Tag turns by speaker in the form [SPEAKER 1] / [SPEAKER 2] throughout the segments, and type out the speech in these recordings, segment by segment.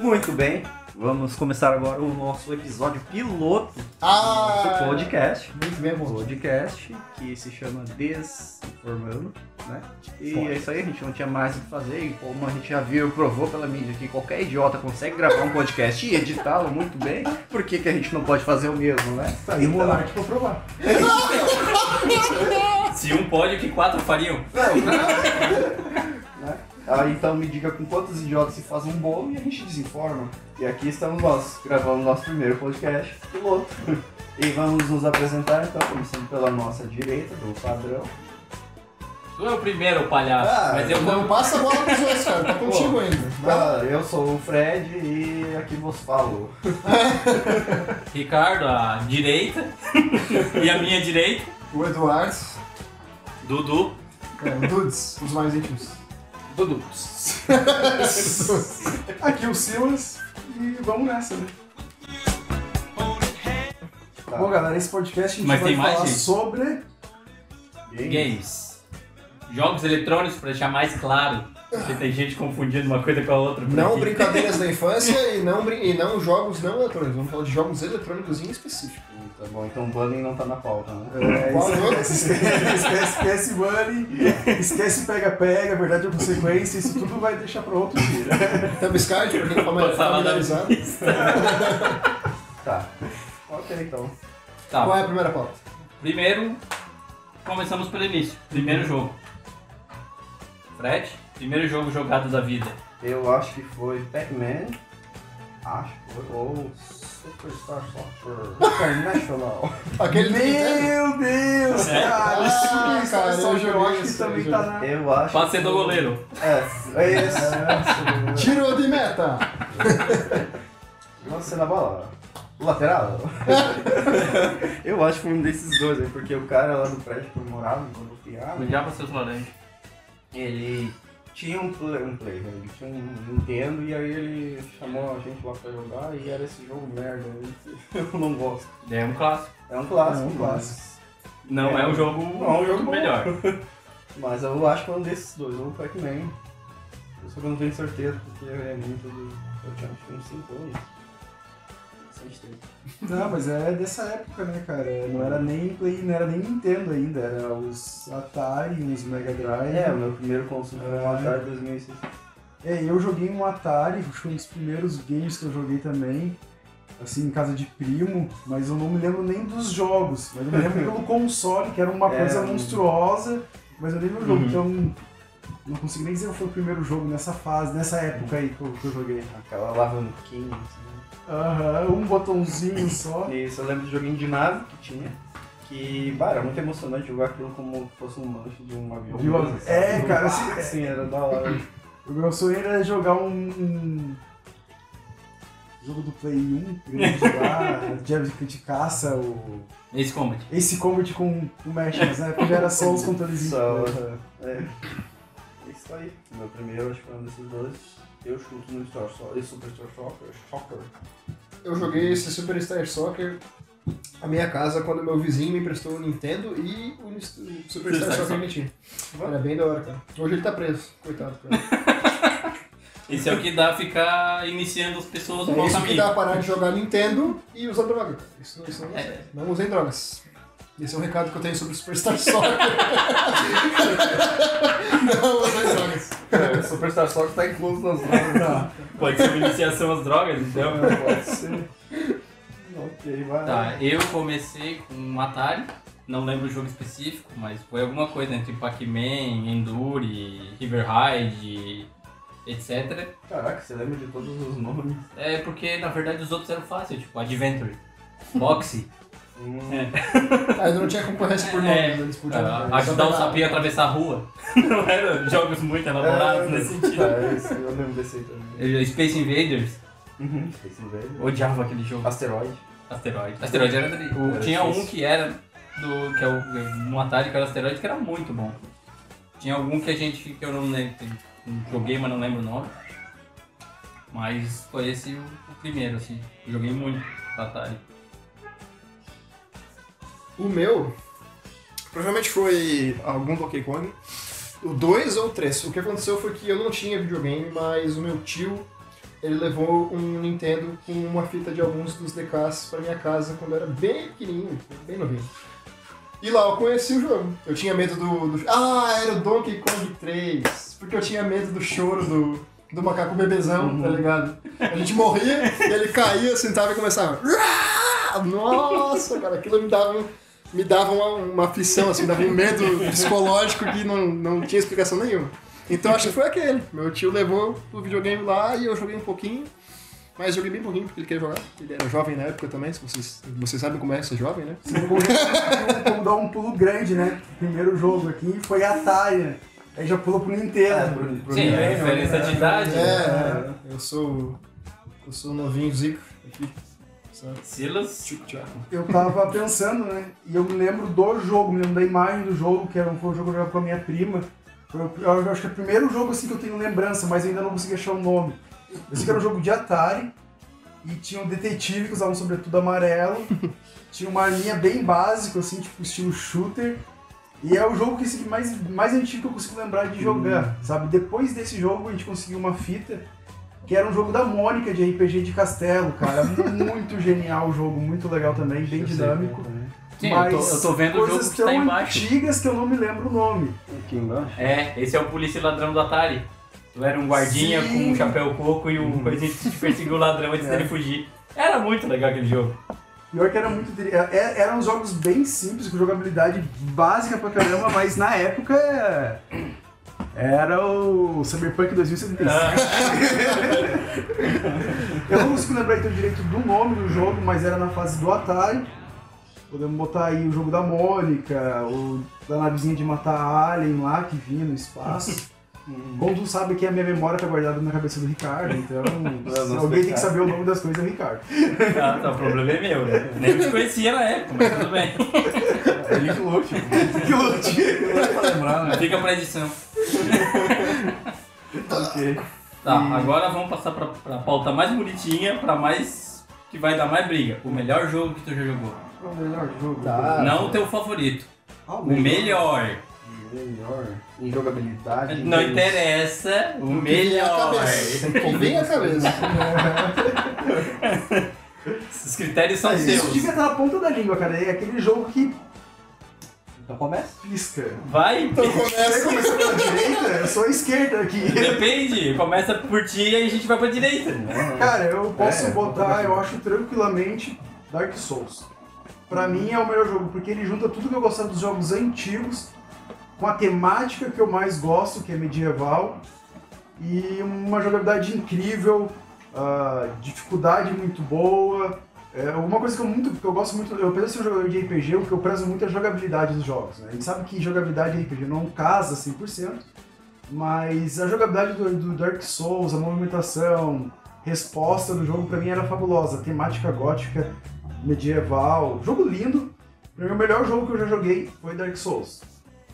[SPEAKER 1] Muito bem, vamos começar agora o nosso episódio piloto do
[SPEAKER 2] Ah!
[SPEAKER 3] é.
[SPEAKER 1] podcast.
[SPEAKER 2] Muito bem, amor.
[SPEAKER 1] Podcast que se chama Desinformando, né? E
[SPEAKER 2] Foda.
[SPEAKER 1] é isso aí, a gente não tinha mais o que fazer. E como a gente já viu e provou pela mídia que qualquer idiota consegue gravar um podcast e editá-lo muito bem, por que, que a gente não pode fazer o mesmo, né?
[SPEAKER 2] Tá aí o Monark pra provar.
[SPEAKER 4] Se um pode, o que quatro fariam?
[SPEAKER 1] Aí então me diga com quantos idiotas se faz um bolo e a gente desinforma. E aqui estamos nós, gravando nosso primeiro podcast, piloto. E vamos nos apresentar então, começando pela nossa direita, do padrão.
[SPEAKER 4] Tu é o primeiro palhaço,
[SPEAKER 1] Ah,
[SPEAKER 4] mas eu
[SPEAKER 2] Não, passa a bola pros dois, cara. Tá contigo ainda. Vai lá.
[SPEAKER 1] Ah, eu sou o Fred e aqui vos falo.
[SPEAKER 4] Ricardo, à direita, e a minha direita,
[SPEAKER 2] O Eduardo.
[SPEAKER 4] Dudu.
[SPEAKER 2] É, o Dudes, os mais íntimos.
[SPEAKER 4] Dudu.
[SPEAKER 2] Aqui o Silas. E vamos nessa, né?
[SPEAKER 1] Tá.
[SPEAKER 2] Bom, galera, esse podcast a gente
[SPEAKER 4] Mas
[SPEAKER 2] vai
[SPEAKER 4] tem mais,
[SPEAKER 2] falar
[SPEAKER 4] gente?
[SPEAKER 2] sobre...
[SPEAKER 4] Games. Jogos eletrônicos, pra deixar mais claro. Porque tem gente confundindo uma coisa com a outra. por
[SPEAKER 3] Não
[SPEAKER 4] aqui.
[SPEAKER 3] brincadeiras da infância e não, brin- e não jogos não eletrônicos. Vamos falar de jogos eletrônicos em específico.
[SPEAKER 1] Tá bom, então o bullying não tá na pauta, né?
[SPEAKER 2] É,
[SPEAKER 3] Qual jogo?
[SPEAKER 2] esquece, esquece, esquece, esquece money, esquece pega-pega, verdade ou consequência, isso tudo vai deixar pra outro dia. né?
[SPEAKER 3] Thumbscard, pra quem tá mais
[SPEAKER 4] Passava
[SPEAKER 3] familiarizado.
[SPEAKER 2] É.
[SPEAKER 1] Tá. Ok, então.
[SPEAKER 4] Tá,
[SPEAKER 3] Qual é a primeira pauta?
[SPEAKER 4] primeiro, começamos pelo início. Primeiro jogo. Fred, primeiro jogo jogado da vida.
[SPEAKER 1] Eu acho que foi Pac-Man. Acho que foi. Ou Superstar Soccer International.
[SPEAKER 3] Aquele
[SPEAKER 2] Meu Deus,
[SPEAKER 4] É?
[SPEAKER 2] cara, isso
[SPEAKER 3] Ah,
[SPEAKER 2] isso,
[SPEAKER 3] cara,
[SPEAKER 2] só
[SPEAKER 3] eu
[SPEAKER 2] que eu
[SPEAKER 3] joguei
[SPEAKER 2] acho que
[SPEAKER 3] isso,
[SPEAKER 2] também
[SPEAKER 3] eu
[SPEAKER 2] tá
[SPEAKER 3] joguei.
[SPEAKER 2] na...
[SPEAKER 1] Eu acho.
[SPEAKER 4] Pode ser do
[SPEAKER 1] que-
[SPEAKER 4] goleiro.
[SPEAKER 1] É, é isso.
[SPEAKER 3] Tiro de meta!
[SPEAKER 1] Lance na bola. Lateral? eu acho que foi um desses dois aí, porque o cara lá do prédio que eu morava, quando eu piava,
[SPEAKER 4] O diabo seus laranjas.
[SPEAKER 1] ele tinha um play, um play né? ele tinha um Nintendo e aí ele chamou a gente lá pra jogar e era esse jogo merda. aí. Eu não gosto.
[SPEAKER 4] É um clássico.
[SPEAKER 1] É um clássico,
[SPEAKER 2] É um
[SPEAKER 1] mas-
[SPEAKER 2] clássico.
[SPEAKER 4] Não é, um jogo
[SPEAKER 1] Não, é um jogo bom.
[SPEAKER 4] melhor.
[SPEAKER 1] Mas eu acho que é um desses dois, ou o Pac-Man. Só que eu não tenho certeza, porque é muito do. Eu tinha acho que uns 5 anos. Bastante tempo.
[SPEAKER 2] Não, mas é dessa época, né, cara? Não era nem Play, não era nem Nintendo ainda, era os Atari, os Mega Drive.
[SPEAKER 1] É, o meu primeiro consumo foi um
[SPEAKER 2] Ah.
[SPEAKER 1] Atari 2006.
[SPEAKER 2] É, eu joguei um Atari, acho que um dos primeiros games que eu joguei também, assim, em casa de primo, mas eu não me lembro nem dos jogos, mas eu me lembro pelo console, que era uma
[SPEAKER 1] É,
[SPEAKER 2] coisa
[SPEAKER 1] um-
[SPEAKER 2] monstruosa, mas eu lembro o jogo,
[SPEAKER 4] Uhum.
[SPEAKER 2] então não consigo nem dizer que foi o primeiro jogo nessa fase, nessa época aí que eu, que eu joguei.
[SPEAKER 1] Aquela alavanquinha, assim.
[SPEAKER 2] Aham, um botãozinho só.
[SPEAKER 1] Isso, eu lembro do joguinho de nave que tinha. Que, bah, era muito emocionante jogar aquilo como se fosse um manche de um avião.
[SPEAKER 2] De uma-
[SPEAKER 1] Assim,
[SPEAKER 2] é,
[SPEAKER 1] sabe?
[SPEAKER 2] cara, assim, é.
[SPEAKER 1] assim, era da hora.
[SPEAKER 2] O meu sonho era jogar um. um jogo do Play 1, grande lá, de, de caça, o.
[SPEAKER 4] Esse combat.
[SPEAKER 2] Esse combat com o Mesh, mas na época já era só os controles
[SPEAKER 1] Só.
[SPEAKER 2] né?
[SPEAKER 1] É isso aí. Meu primeiro, acho que foi um desses dois. Eu chuto no Star Soccer. Super Star Soccer. Shocker.
[SPEAKER 3] Eu joguei esse Super Star Soccer na minha casa quando meu vizinho me emprestou o Nintendo e o Nis- o Super Star
[SPEAKER 4] Star
[SPEAKER 3] Soccer que ele tinha. Era bem da hora, cara. Hoje ele tá preso, coitado, cara.
[SPEAKER 4] Isso é o que dá ficar iniciando as pessoas no
[SPEAKER 3] É
[SPEAKER 4] mau
[SPEAKER 3] isso que
[SPEAKER 4] caminho.
[SPEAKER 3] dá parar de jogar Nintendo e usar droga. Isso, isso não
[SPEAKER 4] É,
[SPEAKER 3] Não usem drogas. Esse é um recado que eu tenho sobre o Superstar Soccer. não usem drogas.
[SPEAKER 1] É, Superstar Soccer tá incluso nas novas.
[SPEAKER 2] Tá.
[SPEAKER 4] pode ser uma iniciação às drogas, então.
[SPEAKER 1] Pode ser. ok, vai.
[SPEAKER 4] Tá, eu comecei com um Atari, não lembro o jogo específico, mas foi alguma coisa entre Pac-Man, Endure, River Ride, etc.
[SPEAKER 1] Caraca, você lembra de todos os nomes?
[SPEAKER 4] É porque na verdade os outros eram fáceis, tipo Adventure, Boxy,
[SPEAKER 1] Hum,
[SPEAKER 4] É.
[SPEAKER 3] Aí não tinha concorrência por nome, né?
[SPEAKER 4] É,
[SPEAKER 3] eles podiam.
[SPEAKER 4] ah,
[SPEAKER 3] eles
[SPEAKER 4] ajudar o
[SPEAKER 3] adoravam.
[SPEAKER 4] sapinho a atravessar a rua. Não eram jogos muito elaborados né? nesse sentido.
[SPEAKER 1] É, esse, eu lembro desse aí também.
[SPEAKER 4] É. Space Invaders,
[SPEAKER 1] Uhum. Esse velho.
[SPEAKER 4] odiava aquele jogo.
[SPEAKER 1] Asteroide.
[SPEAKER 4] Asteroide. Asteroide era. dele. O-
[SPEAKER 1] Era
[SPEAKER 4] tinha
[SPEAKER 1] difícil.
[SPEAKER 4] um que era do. que é o. no Atari que era asteroide que era muito bom. Tinha algum que a gente. que eu não lembro. que eu Joguei, mas não lembro o nome. Mas foi esse o, o primeiro, assim. Joguei muito no Atari.
[SPEAKER 3] O meu provavelmente foi algum Donkey Kong. O 2 ou o 3. O que aconteceu foi que eu não tinha videogame, mas o meu tio ele levou um Nintendo com uma fita de alguns dos DKs pra minha casa quando eu era bem pequenininho, bem novinho. E lá eu conheci o jogo. Eu tinha medo do, do- Ah, era o Donkey Kong 3. Porque eu tinha medo do choro do, do macaco bebezão, tá ligado? A gente morria e ele caía, sentava e começava. "Ruah!" Nossa, cara, aquilo me dava, um- me dava uma, uma aflição, assim, dava um medo psicológico que não, não tinha explicação nenhuma. Então acho que foi aquele. Meu tio levou o videogame lá e eu joguei um pouquinho. Mas joguei bem pouquinho porque ele queria jogar. Ele era jovem na época também, se vocês, vocês sabem como é ser jovem, né?
[SPEAKER 2] Você pegou um jogo, Vamos dar um pulo grande, né? Primeiro jogo aqui foi Atari. né? Aí já pulou É, pro Nintendo.
[SPEAKER 4] Sim, é, a
[SPEAKER 2] Bruno,
[SPEAKER 4] diferença de idade. né?
[SPEAKER 3] É, eu sou. Eu sou novinho Zico aqui. Tipo, Só
[SPEAKER 4] Silas.
[SPEAKER 3] tchuc, tchau.
[SPEAKER 2] Eu tava pensando, né? E eu me lembro do jogo, me lembro da imagem do jogo, que era um, foi um jogo que eu jogava com a minha prima. Foi o- Eu, acho que é o primeiro jogo assim que eu tenho lembrança, mas ainda não consegui achar o nome. Eu sei que era um jogo de Atari, e tinha um detetive que usava um sobretudo amarelo, tinha uma linha bem básica, assim, tipo estilo shooter. E é o jogo que assim, mais, mais antigo que eu consigo lembrar de jogar, sabe? Depois desse jogo a gente conseguiu uma fita que era um jogo da Mônica de RPG de castelo, cara. Muito genial o jogo, muito legal também, bem dinâmico.
[SPEAKER 1] é, né?
[SPEAKER 4] Sim,
[SPEAKER 2] mas
[SPEAKER 4] eu tô, eu tô vendo o jogo
[SPEAKER 2] coisas
[SPEAKER 4] que tá
[SPEAKER 2] tão
[SPEAKER 4] embaixo.
[SPEAKER 2] antigas que eu não me lembro o nome.
[SPEAKER 1] Aqui embaixo.
[SPEAKER 4] É, esse é o polícia e ladrão do Atari. Tu era um guardinha
[SPEAKER 2] Sim.
[SPEAKER 4] com um chapéu coco e o coisinha que te perseguiu o ladrão antes
[SPEAKER 2] É.
[SPEAKER 4] dele fugir. Era muito legal aquele jogo.
[SPEAKER 2] Pior que era muito. dele- é- é- Eram jogos bem simples, com jogabilidade básica pra caramba, mas na época. é, Era o Cyberpunk 2075.
[SPEAKER 4] Ah.
[SPEAKER 2] Eu não consigo lembrar então direito do nome do jogo, mas era na fase do Atari. Podemos botar aí o jogo da Mônica, o da navezinha de matar Alien lá que vinha no espaço.
[SPEAKER 1] Uhum.
[SPEAKER 2] Como tu sabe que a minha memória tá guardada na cabeça do Ricardo, então
[SPEAKER 1] É,
[SPEAKER 2] se
[SPEAKER 1] nosso
[SPEAKER 2] alguém tem que
[SPEAKER 1] pecado.
[SPEAKER 2] saber o nome das coisas é o Ricardo.
[SPEAKER 4] Ah, tá, o problema é meu, né? Nem te conhecia na época, mas tudo bem.
[SPEAKER 1] É Link Loot. Link Loot. Não é pra lembrar, né?
[SPEAKER 4] Fica pra edição.
[SPEAKER 1] Ok.
[SPEAKER 4] Tá, agora vamos passar pra, pra pauta mais bonitinha, pra mais. que vai dar mais briga. O melhor jogo que tu já jogou.
[SPEAKER 2] O melhor jogo.
[SPEAKER 3] Tá. Ah,
[SPEAKER 4] Não o teu favorito.
[SPEAKER 1] Ah,
[SPEAKER 4] O melhor.
[SPEAKER 1] Melhor. Em jogabilidade.
[SPEAKER 4] Não
[SPEAKER 1] em-
[SPEAKER 4] interessa, o
[SPEAKER 3] O que vem à
[SPEAKER 4] melhor.
[SPEAKER 3] cabeça. O que vem a cabeça.
[SPEAKER 4] Esses critérios são
[SPEAKER 2] Isso
[SPEAKER 4] seus.
[SPEAKER 2] devia estar na ponta da língua, cara. É aquele jogo que
[SPEAKER 1] Então começa.
[SPEAKER 2] pisca.
[SPEAKER 4] Vai,
[SPEAKER 3] Então
[SPEAKER 2] Você
[SPEAKER 3] começa.
[SPEAKER 2] começou pela direita, eu sou a esquerda aqui.
[SPEAKER 4] depende. Começa por ti e aí a gente vai pra direita.
[SPEAKER 2] Cara, eu posso
[SPEAKER 1] É,
[SPEAKER 2] botar, eu acho tranquilamente, Dark Souls. Pra mim é o melhor jogo, porque ele junta tudo que eu gostava dos jogos antigos, com a temática que eu mais gosto, que é medieval, e uma jogabilidade incrível, ah, dificuldade muito boa. É uma coisa que eu muito, que eu gosto muito, eu penso ser um jogador de RPG, o que eu prezo muito é a jogabilidade dos jogos. Né? A gente sabe que jogabilidade de RPG não casa 100%, mas a jogabilidade do, do Dark Souls, a movimentação, resposta do jogo pra mim era fabulosa. Temática gótica, medieval, jogo lindo. Pra mim, o melhor jogo que eu já joguei foi Dark Souls.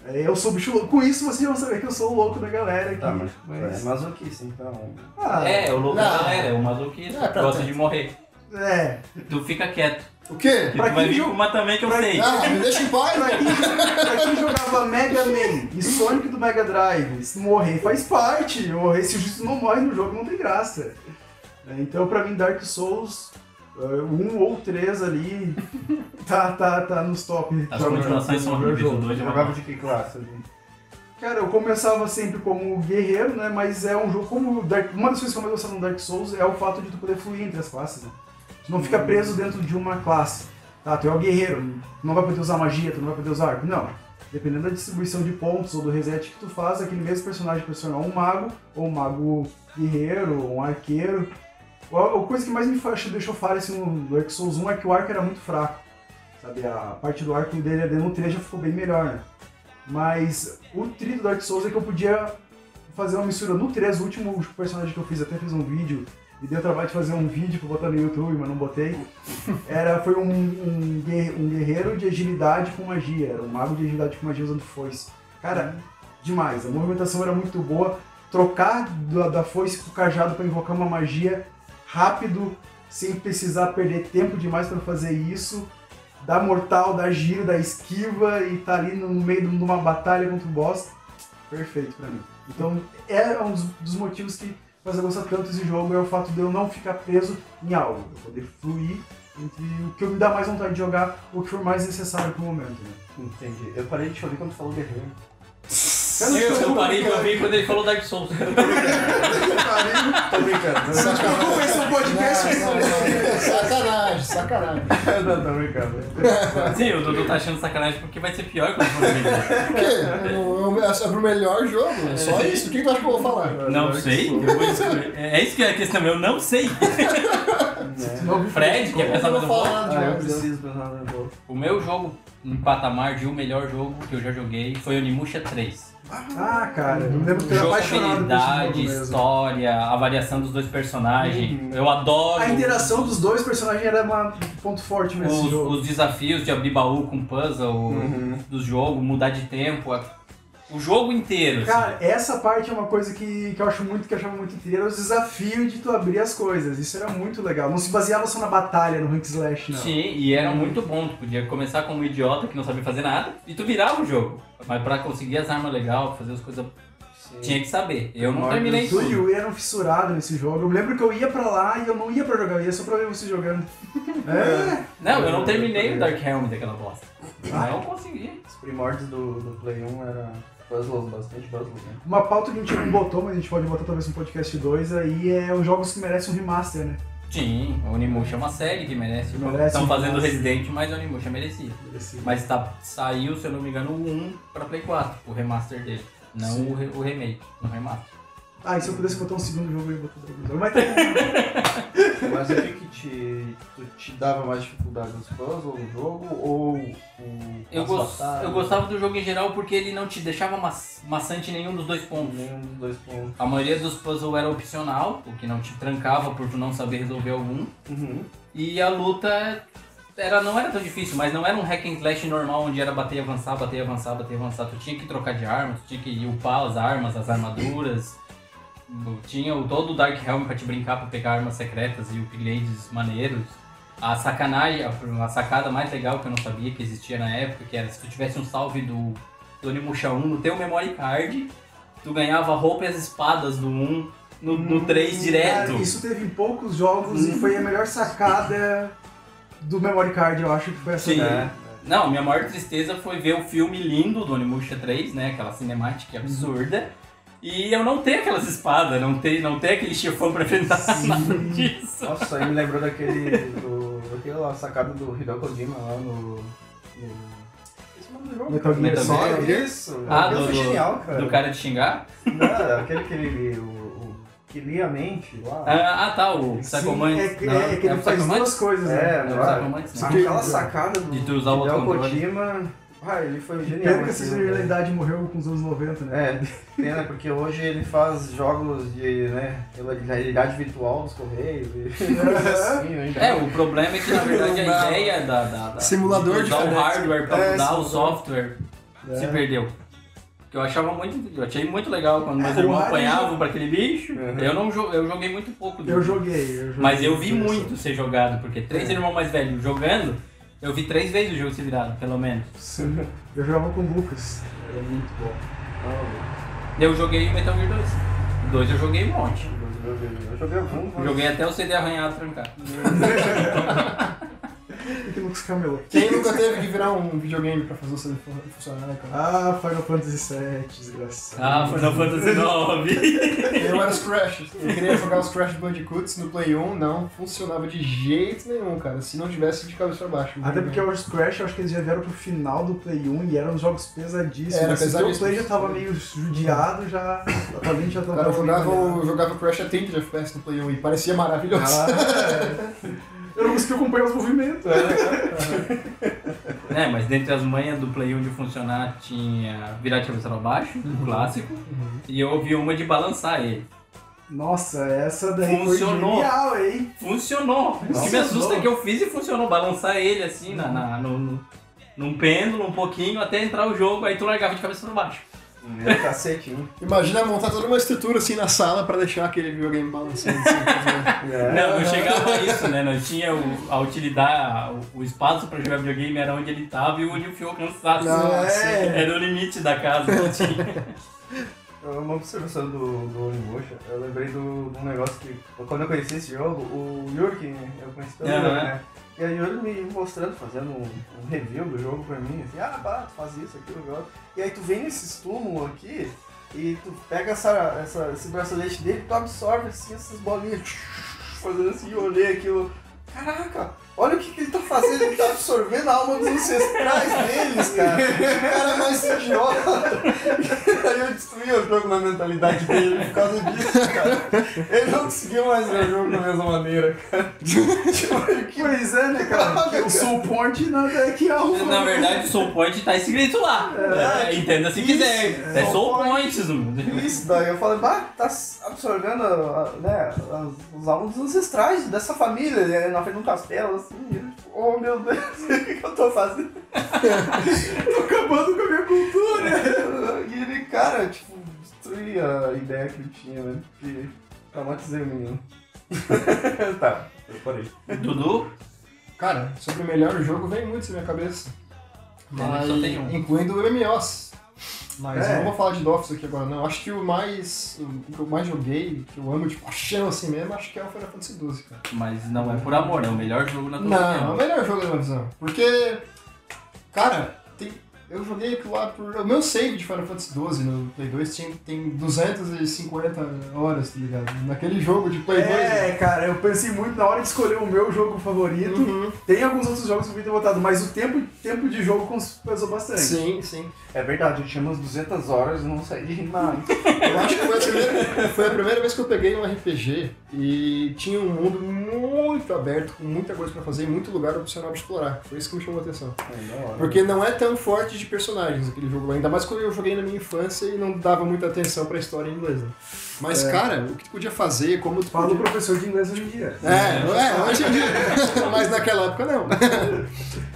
[SPEAKER 2] É, Eu sou o bicho louco. Com isso vocês vão saber que eu sou o louco da galera aqui.
[SPEAKER 1] Tá, mas,
[SPEAKER 2] mas-
[SPEAKER 1] mas... é masoquista, então.
[SPEAKER 2] Ah, é.
[SPEAKER 4] É, o louco
[SPEAKER 3] Não.
[SPEAKER 4] da galera, o masoquista.
[SPEAKER 3] Ah, pra
[SPEAKER 4] gosta
[SPEAKER 3] tanto.
[SPEAKER 4] de morrer.
[SPEAKER 2] é.
[SPEAKER 4] Tu fica quieto.
[SPEAKER 3] O quê?
[SPEAKER 4] Que
[SPEAKER 2] Pra
[SPEAKER 4] tu vai
[SPEAKER 2] quem
[SPEAKER 4] vir
[SPEAKER 2] viu?
[SPEAKER 4] com uma também que eu
[SPEAKER 2] Pra-
[SPEAKER 4] sei.
[SPEAKER 3] Ah, me deixa em paz,
[SPEAKER 2] Pra,
[SPEAKER 3] né?
[SPEAKER 2] quem, pra quem jogava Mega Man e Sonic do Mega Drive, se morrer faz parte. Morrer, se o justo não morre no jogo, não tem graça. É, Então, pra mim, Dark Souls. eh, um ou três ali tá, tá, tá nos top.
[SPEAKER 4] As
[SPEAKER 2] jogos
[SPEAKER 4] continuações são
[SPEAKER 2] do meu
[SPEAKER 4] horríveis,
[SPEAKER 2] jogo.
[SPEAKER 4] o 2 é uma
[SPEAKER 1] Jogava de que classe? gente?
[SPEAKER 2] Cara, eu começava sempre como guerreiro, né? Mas é um jogo como o Dark... uma das coisas que eu mais gostava no Dark Souls é o fato de tu poder fluir entre as classes, né? Tu não fica preso dentro de uma classe. Tá, tu é o guerreiro, tu não vai poder usar magia, tu não vai poder usar arco. Não. Dependendo da distribuição de pontos ou do reset que tu faz, aquele mesmo personagem pode se tornar um mago, ou um mago guerreiro, ou um arqueiro. A a coisa que mais me fa- deixou falha assim, no Dark Souls 1 é que o arco era muito fraco. Sabe, a parte do arco dele no 3 já ficou bem melhor, né? Mas o tri do Dark Souls é que eu podia fazer uma mistura no 3, o último personagem que eu fiz, até fiz um vídeo, e deu trabalho de fazer um vídeo pra botar no YouTube, mas não botei. Era, foi um, um, guerre- um guerreiro de agilidade com magia, era um mago de agilidade com magia usando foice. Cara, demais, a movimentação era muito boa. Trocar da, da foice pro cajado pra invocar uma magia rápido, sem precisar perder tempo demais pra fazer isso dá mortal, dá giro, dá esquiva e tá ali no meio de uma batalha contra o boss. Perfeito pra mim. Então é um dos, dos motivos que mas eu gosto tanto desse jogo é o fato de eu não ficar preso em algo, eu poder fluir entre o que eu me dá mais vontade de jogar ou o que for mais necessário pro momento. Né?
[SPEAKER 1] Entendi. Eu parei de chover quando tu falou guerreiro.
[SPEAKER 2] não
[SPEAKER 4] eu,
[SPEAKER 2] estou
[SPEAKER 4] eu parei
[SPEAKER 2] brincando.
[SPEAKER 4] pra ver quando ele falou Dark Souls.
[SPEAKER 1] Tô brincando.
[SPEAKER 2] Você desculpa esse é um podcast?
[SPEAKER 3] Não, não, não. Sacanagem, sacanagem.
[SPEAKER 1] Não, tô brincando.
[SPEAKER 4] Sim, o Dudu tá achando sacanagem porque vai ser pior quando for ver.
[SPEAKER 3] Por quê? Eu- eu- É sobre o melhor jogo, é só isso. O que tu acha que eu vou falar?
[SPEAKER 4] Não sei, eu vou descobrir. É é isso que é a questão, eu não sei.
[SPEAKER 2] Não,
[SPEAKER 4] Fred, que é
[SPEAKER 3] Eu
[SPEAKER 4] pensado
[SPEAKER 3] não
[SPEAKER 4] do
[SPEAKER 3] vou
[SPEAKER 4] bolo.
[SPEAKER 3] falar
[SPEAKER 1] Ah, eu
[SPEAKER 3] nada demais.
[SPEAKER 1] preciso pensar na boa.
[SPEAKER 4] O meu jogo, em patamar de o melhor jogo que eu já joguei, foi Onimusha 3.
[SPEAKER 2] Ah, cara, eu lembro que eu era apaixonado por
[SPEAKER 4] Jogabilidade,
[SPEAKER 2] esse jogo mesmo. Hum.
[SPEAKER 4] história, a variação dos dois personagens. Eu adoro
[SPEAKER 2] A interação dos dois personagens era uma- um ponto forte nesse
[SPEAKER 4] os,
[SPEAKER 2] jogo.
[SPEAKER 4] os desafios de abrir baú com puzzle
[SPEAKER 1] Uhum.
[SPEAKER 4] do jogo, mudar de tempo. a- O jogo inteiro. assim.
[SPEAKER 2] Cara, essa parte é uma coisa que, que eu acho muito, que eu achava muito inteira, era o desafio de tu abrir as coisas. Isso era muito legal. Não se baseava só na batalha, no Rank Slash, não.
[SPEAKER 4] Sim, e era muito bom. Tu podia começar como um idiota que não sabia fazer nada e tu virava o jogo. Mas pra conseguir as armas legais, fazer as coisas, tinha que saber. Eu não terminei
[SPEAKER 2] Tu
[SPEAKER 4] tudo.
[SPEAKER 2] e o Yui eram fissurados um nesse jogo. Eu me lembro que eu ia pra lá e eu não ia pra jogar, eu ia só pra ver você jogando. É.
[SPEAKER 4] Não, eu não terminei o Dark Helm daquela bosta. Não consegui.
[SPEAKER 1] Os primórdios do, do Play 1 era puzzles, bastante puzzles, né?
[SPEAKER 2] Uma pauta que a gente não botou, mas a gente pode botar talvez no podcast 2 aí, é os jogos que merecem um remaster, né?
[SPEAKER 4] Sim, o Onimusha é uma série que merece.
[SPEAKER 2] Merece,
[SPEAKER 4] Estão fazendo
[SPEAKER 2] merece.
[SPEAKER 4] Resident, mas o Onimusha merecia.
[SPEAKER 2] Esse-
[SPEAKER 4] Mas tá, saiu, se eu não me engano, o 1 pra Play 4, o remaster dele. Não o, re- o remake, o remaster.
[SPEAKER 2] Ah, e se eu pudesse botar um segundo jogo aí, eu botar dois. Mas tá
[SPEAKER 1] Mas o que, que te, tu te dava mais dificuldade nos puzzles, no jogo, ou o,
[SPEAKER 4] Eu,
[SPEAKER 1] as
[SPEAKER 4] gos-
[SPEAKER 1] batalhas?
[SPEAKER 4] eu gostava do jogo em geral porque ele não te deixava ma maçante em nenhum dos dois pontos.
[SPEAKER 1] Nenhum dos dois pontos.
[SPEAKER 4] A maioria dos puzzles era opcional, o que não te trancava por tu não saber resolver algum.
[SPEAKER 1] Uhum.
[SPEAKER 4] E a luta era, não era tão difícil, mas não era um hack and slash normal onde era bater e avançar, bater e avançar, bater e avançar. Tu tinha que trocar de armas, tu tinha que upar as armas, as armaduras. Tu Tinha o, todo o Dark Helm pra te brincar, pra pegar armas secretas e upgrades maneiros. A sacanagem, a, a sacada mais legal que eu não sabia que existia na época, que era se tu tivesse um salve do, do Onimusha 1 no teu memory card, tu ganhava a roupa e as espadas do 1 no, no 3 direto.
[SPEAKER 2] Cara, isso teve em poucos jogos e foi a melhor sacada do memory card, eu acho que foi essa.
[SPEAKER 4] Sim.
[SPEAKER 2] né?
[SPEAKER 4] Não, minha maior tristeza foi ver o filme lindo do Onimusha 3, né? Aquela
[SPEAKER 2] Uhum.
[SPEAKER 4] cinemática absurda. E eu não ter aquelas espadas, não ter, não ter aquele chefão pra enfrentar nada disso.
[SPEAKER 1] Nossa, aí me lembrou daquele. do, daquela sacada do Hideo Kojima lá no. no... Esse é nome do jogo.
[SPEAKER 2] Metal
[SPEAKER 1] cara.
[SPEAKER 2] Gear
[SPEAKER 1] Metal
[SPEAKER 3] Solid?
[SPEAKER 1] Gear? né? Isso!
[SPEAKER 4] Ah,
[SPEAKER 1] Aquilo
[SPEAKER 4] do-
[SPEAKER 1] foi
[SPEAKER 4] do-
[SPEAKER 1] genial, cara.
[SPEAKER 4] Do cara de xingar?
[SPEAKER 1] Não, aquele que ele. O, o, que lia a mente lá.
[SPEAKER 4] Ah, ah, tá, o
[SPEAKER 2] Sim,
[SPEAKER 4] Psychomante.
[SPEAKER 2] é, que- é que ele
[SPEAKER 4] o
[SPEAKER 2] faz
[SPEAKER 4] Psychomante?
[SPEAKER 2] duas coisas, né?
[SPEAKER 1] É,
[SPEAKER 4] um É o
[SPEAKER 1] não é?
[SPEAKER 4] Psychomante, não.
[SPEAKER 1] Sabe Aquela sacada do
[SPEAKER 4] De tu usar o
[SPEAKER 1] Hideo
[SPEAKER 4] outro controle.
[SPEAKER 1] Kojima. Ah, ele foi genial.
[SPEAKER 2] Pena que essa
[SPEAKER 1] naquilo, né?
[SPEAKER 2] realidade morreu com os anos 90, né?
[SPEAKER 1] É, pena, porque hoje ele faz jogos de, né, realidade virtual dos correios e assim, né,
[SPEAKER 4] É, o problema é que na verdade a
[SPEAKER 3] Não.
[SPEAKER 4] ideia da. da, da
[SPEAKER 3] Simulador
[SPEAKER 4] de usar o
[SPEAKER 3] diferente.
[SPEAKER 4] hardware pra
[SPEAKER 3] É,
[SPEAKER 4] mudar o
[SPEAKER 3] simulador.
[SPEAKER 4] software
[SPEAKER 2] É.
[SPEAKER 4] se perdeu. Que eu achava muito. Eu achei muito legal quando meus
[SPEAKER 2] É, o
[SPEAKER 4] irmãos
[SPEAKER 2] hardware-
[SPEAKER 4] apanhavam pra aquele bicho.
[SPEAKER 1] Uhum.
[SPEAKER 4] Eu não jo- eu joguei muito pouco dele.
[SPEAKER 2] Eu joguei, eu joguei.
[SPEAKER 4] Mas eu
[SPEAKER 2] Uhum.
[SPEAKER 4] vi muito ser jogado, porque três irmãos mais velhos jogando, eu vi três vezes o jogo se virado, pelo menos.
[SPEAKER 2] Sim. Eu jogava com o Lucas. Era muito bom.
[SPEAKER 4] Eu joguei Metal Gear 2. O Dois eu joguei um monte.
[SPEAKER 1] Eu joguei algum, mas-
[SPEAKER 4] Joguei até o CD arranhado trancar.
[SPEAKER 2] E que Lucas camelou.
[SPEAKER 3] Quem nunca teve que virar um videogame pra fazer o seu funcionar, né, cara?
[SPEAKER 2] Ah, Final Fantasy VII, desgraçado.
[SPEAKER 4] Ah, Final Fantasy 9.
[SPEAKER 3] Eu era os Crash. Eu queria jogar os Crash Bandicoots no Play 1, não funcionava de jeito nenhum, cara. Se não tivesse de cabeça pra baixo.
[SPEAKER 2] Até porque os Crash, eu acho que eles já vieram pro final do Play 1 e eram jogos pesadíssimos.
[SPEAKER 3] Era
[SPEAKER 2] Se O
[SPEAKER 3] pesadíssimo.
[SPEAKER 2] Play já tava meio judiado, já... A gente já tava...
[SPEAKER 3] Cara, eu jogava,
[SPEAKER 2] meio
[SPEAKER 3] o- jogava Crash a 30 de FPS no Play 1 e parecia maravilhoso.
[SPEAKER 2] Ah, eu não consegui acompanhar os movimentos.
[SPEAKER 4] é, mas dentre as manhas do Play 1 de funcionar tinha virar de cabeça pra baixo, o clássico, e eu ouvi uma de balançar ele.
[SPEAKER 2] Nossa, essa daí
[SPEAKER 4] Funcionou.
[SPEAKER 2] foi genial, hein?
[SPEAKER 4] Funcionou! O que me
[SPEAKER 2] Funcionou.
[SPEAKER 4] assusta é que eu fiz e funcionou, balançar ele assim, na, na- no, no- num pêndulo um pouquinho, até entrar o jogo, aí tu largava de cabeça pra baixo.
[SPEAKER 1] Meu cacete, hein?
[SPEAKER 3] Imagina montar toda uma estrutura assim na sala pra deixar aquele videogame balançando. Assim,
[SPEAKER 1] É.
[SPEAKER 4] Não, não chegava a isso, né? Não tinha o- a utilidade, o, o espaço pra jogar videogame era onde ele tava e onde o fio alcançasse.
[SPEAKER 3] Não,
[SPEAKER 2] é.
[SPEAKER 4] Era o limite da casa que tinha.
[SPEAKER 1] Então, uma observação do, do Olho Roxa, eu lembrei do, de um negócio que, quando eu conheci esse jogo, o Yuri, que eu conheci pelo
[SPEAKER 4] Aham.
[SPEAKER 1] Yuri, né? E aí o Yuri me mostrando, fazendo um, um review do jogo pra mim, assim, ah, pá, tu faz isso, aquilo, aquilo. E aí tu vem nesse túmulo aqui, e tu pega essa, essa- esse bracelete dele, tu absorve, assim, essas bolinhas, fazendo assim, eu olhei aquilo, caraca, olha o que, que ele tá fazendo, ele tá absorvendo a alma dos ancestrais deles, cara. Que cara é mais idiota. Aí eu destruí o jogo na mentalidade dele por causa disso, cara. Ele não conseguiu mais ver o jogo da mesma maneira, cara. Tipo, que
[SPEAKER 2] Pois é, né, cara? Que o Soul Point nada é que é um.
[SPEAKER 4] Na verdade, o Soul Point tá escrito lá.
[SPEAKER 1] É,
[SPEAKER 4] É, Entenda se
[SPEAKER 1] isso,
[SPEAKER 4] quiser.
[SPEAKER 1] é.
[SPEAKER 4] É Soul
[SPEAKER 1] Soul
[SPEAKER 4] Points, mano.
[SPEAKER 1] isso daí. Eu falei, bah, tá absorvendo a- a- né, as- os almas dos ancestrais dessa família, né, na frente de um castelo, assim. E eu, tipo, oh meu Deus, o que, que eu tô fazendo?
[SPEAKER 2] Tô acabando com a minha cultura.
[SPEAKER 1] E ele, cara, tipo, destruí a ideia que ele tinha, né? Que traumatizei o menino. tá, eu parei.
[SPEAKER 4] Dudu?
[SPEAKER 3] Cara, sobre o melhor jogo vem muito na minha cabeça. Mas,
[SPEAKER 4] Só tem um.
[SPEAKER 3] incluindo MMOs. Mas
[SPEAKER 1] É.
[SPEAKER 3] eu não vou falar de Dofus aqui agora, não. Acho que o mais. O que eu mais joguei, que eu amo de paixão assim mesmo, acho que é o Final Fantasy XII, cara.
[SPEAKER 4] Mas não é por amor, é o melhor jogo na tua
[SPEAKER 3] Não, é o
[SPEAKER 4] opinião.
[SPEAKER 3] melhor jogo da minha visão. Porque, cara, tem- eu joguei aquilo lá por. O meu save de Final Fantasy XII no Play 2 tinha, tem 250 horas, tá ligado? Naquele jogo de Play 2. né?
[SPEAKER 2] É, cara, eu pensei muito na hora de escolher o meu jogo favorito.
[SPEAKER 3] Uhum.
[SPEAKER 2] Tem alguns outros jogos que eu podia ter votado, mas o tempo, tempo de jogo cons- pesou bastante.
[SPEAKER 3] Sim, sim.
[SPEAKER 1] É verdade, eu tinha umas 200 horas e não saí de mais.
[SPEAKER 3] Eu acho que foi a, primeira, foi a primeira vez que eu peguei um RPG e tinha um mundo muito aberto, com muita coisa pra fazer e muito lugar opcional pra explorar. Foi isso que me chamou a atenção.
[SPEAKER 2] Tá.
[SPEAKER 3] Porque não é tão forte de personagens aquele jogo lá, ainda mais quando eu joguei na minha infância e não dava muita atenção pra história em inglês. né? Mas, cara, o que tu podia fazer, como tu
[SPEAKER 2] É. Fala o
[SPEAKER 3] podia...
[SPEAKER 2] professor de inglês hoje em dia.
[SPEAKER 3] É, é, hoje em dia. Mas naquela época não.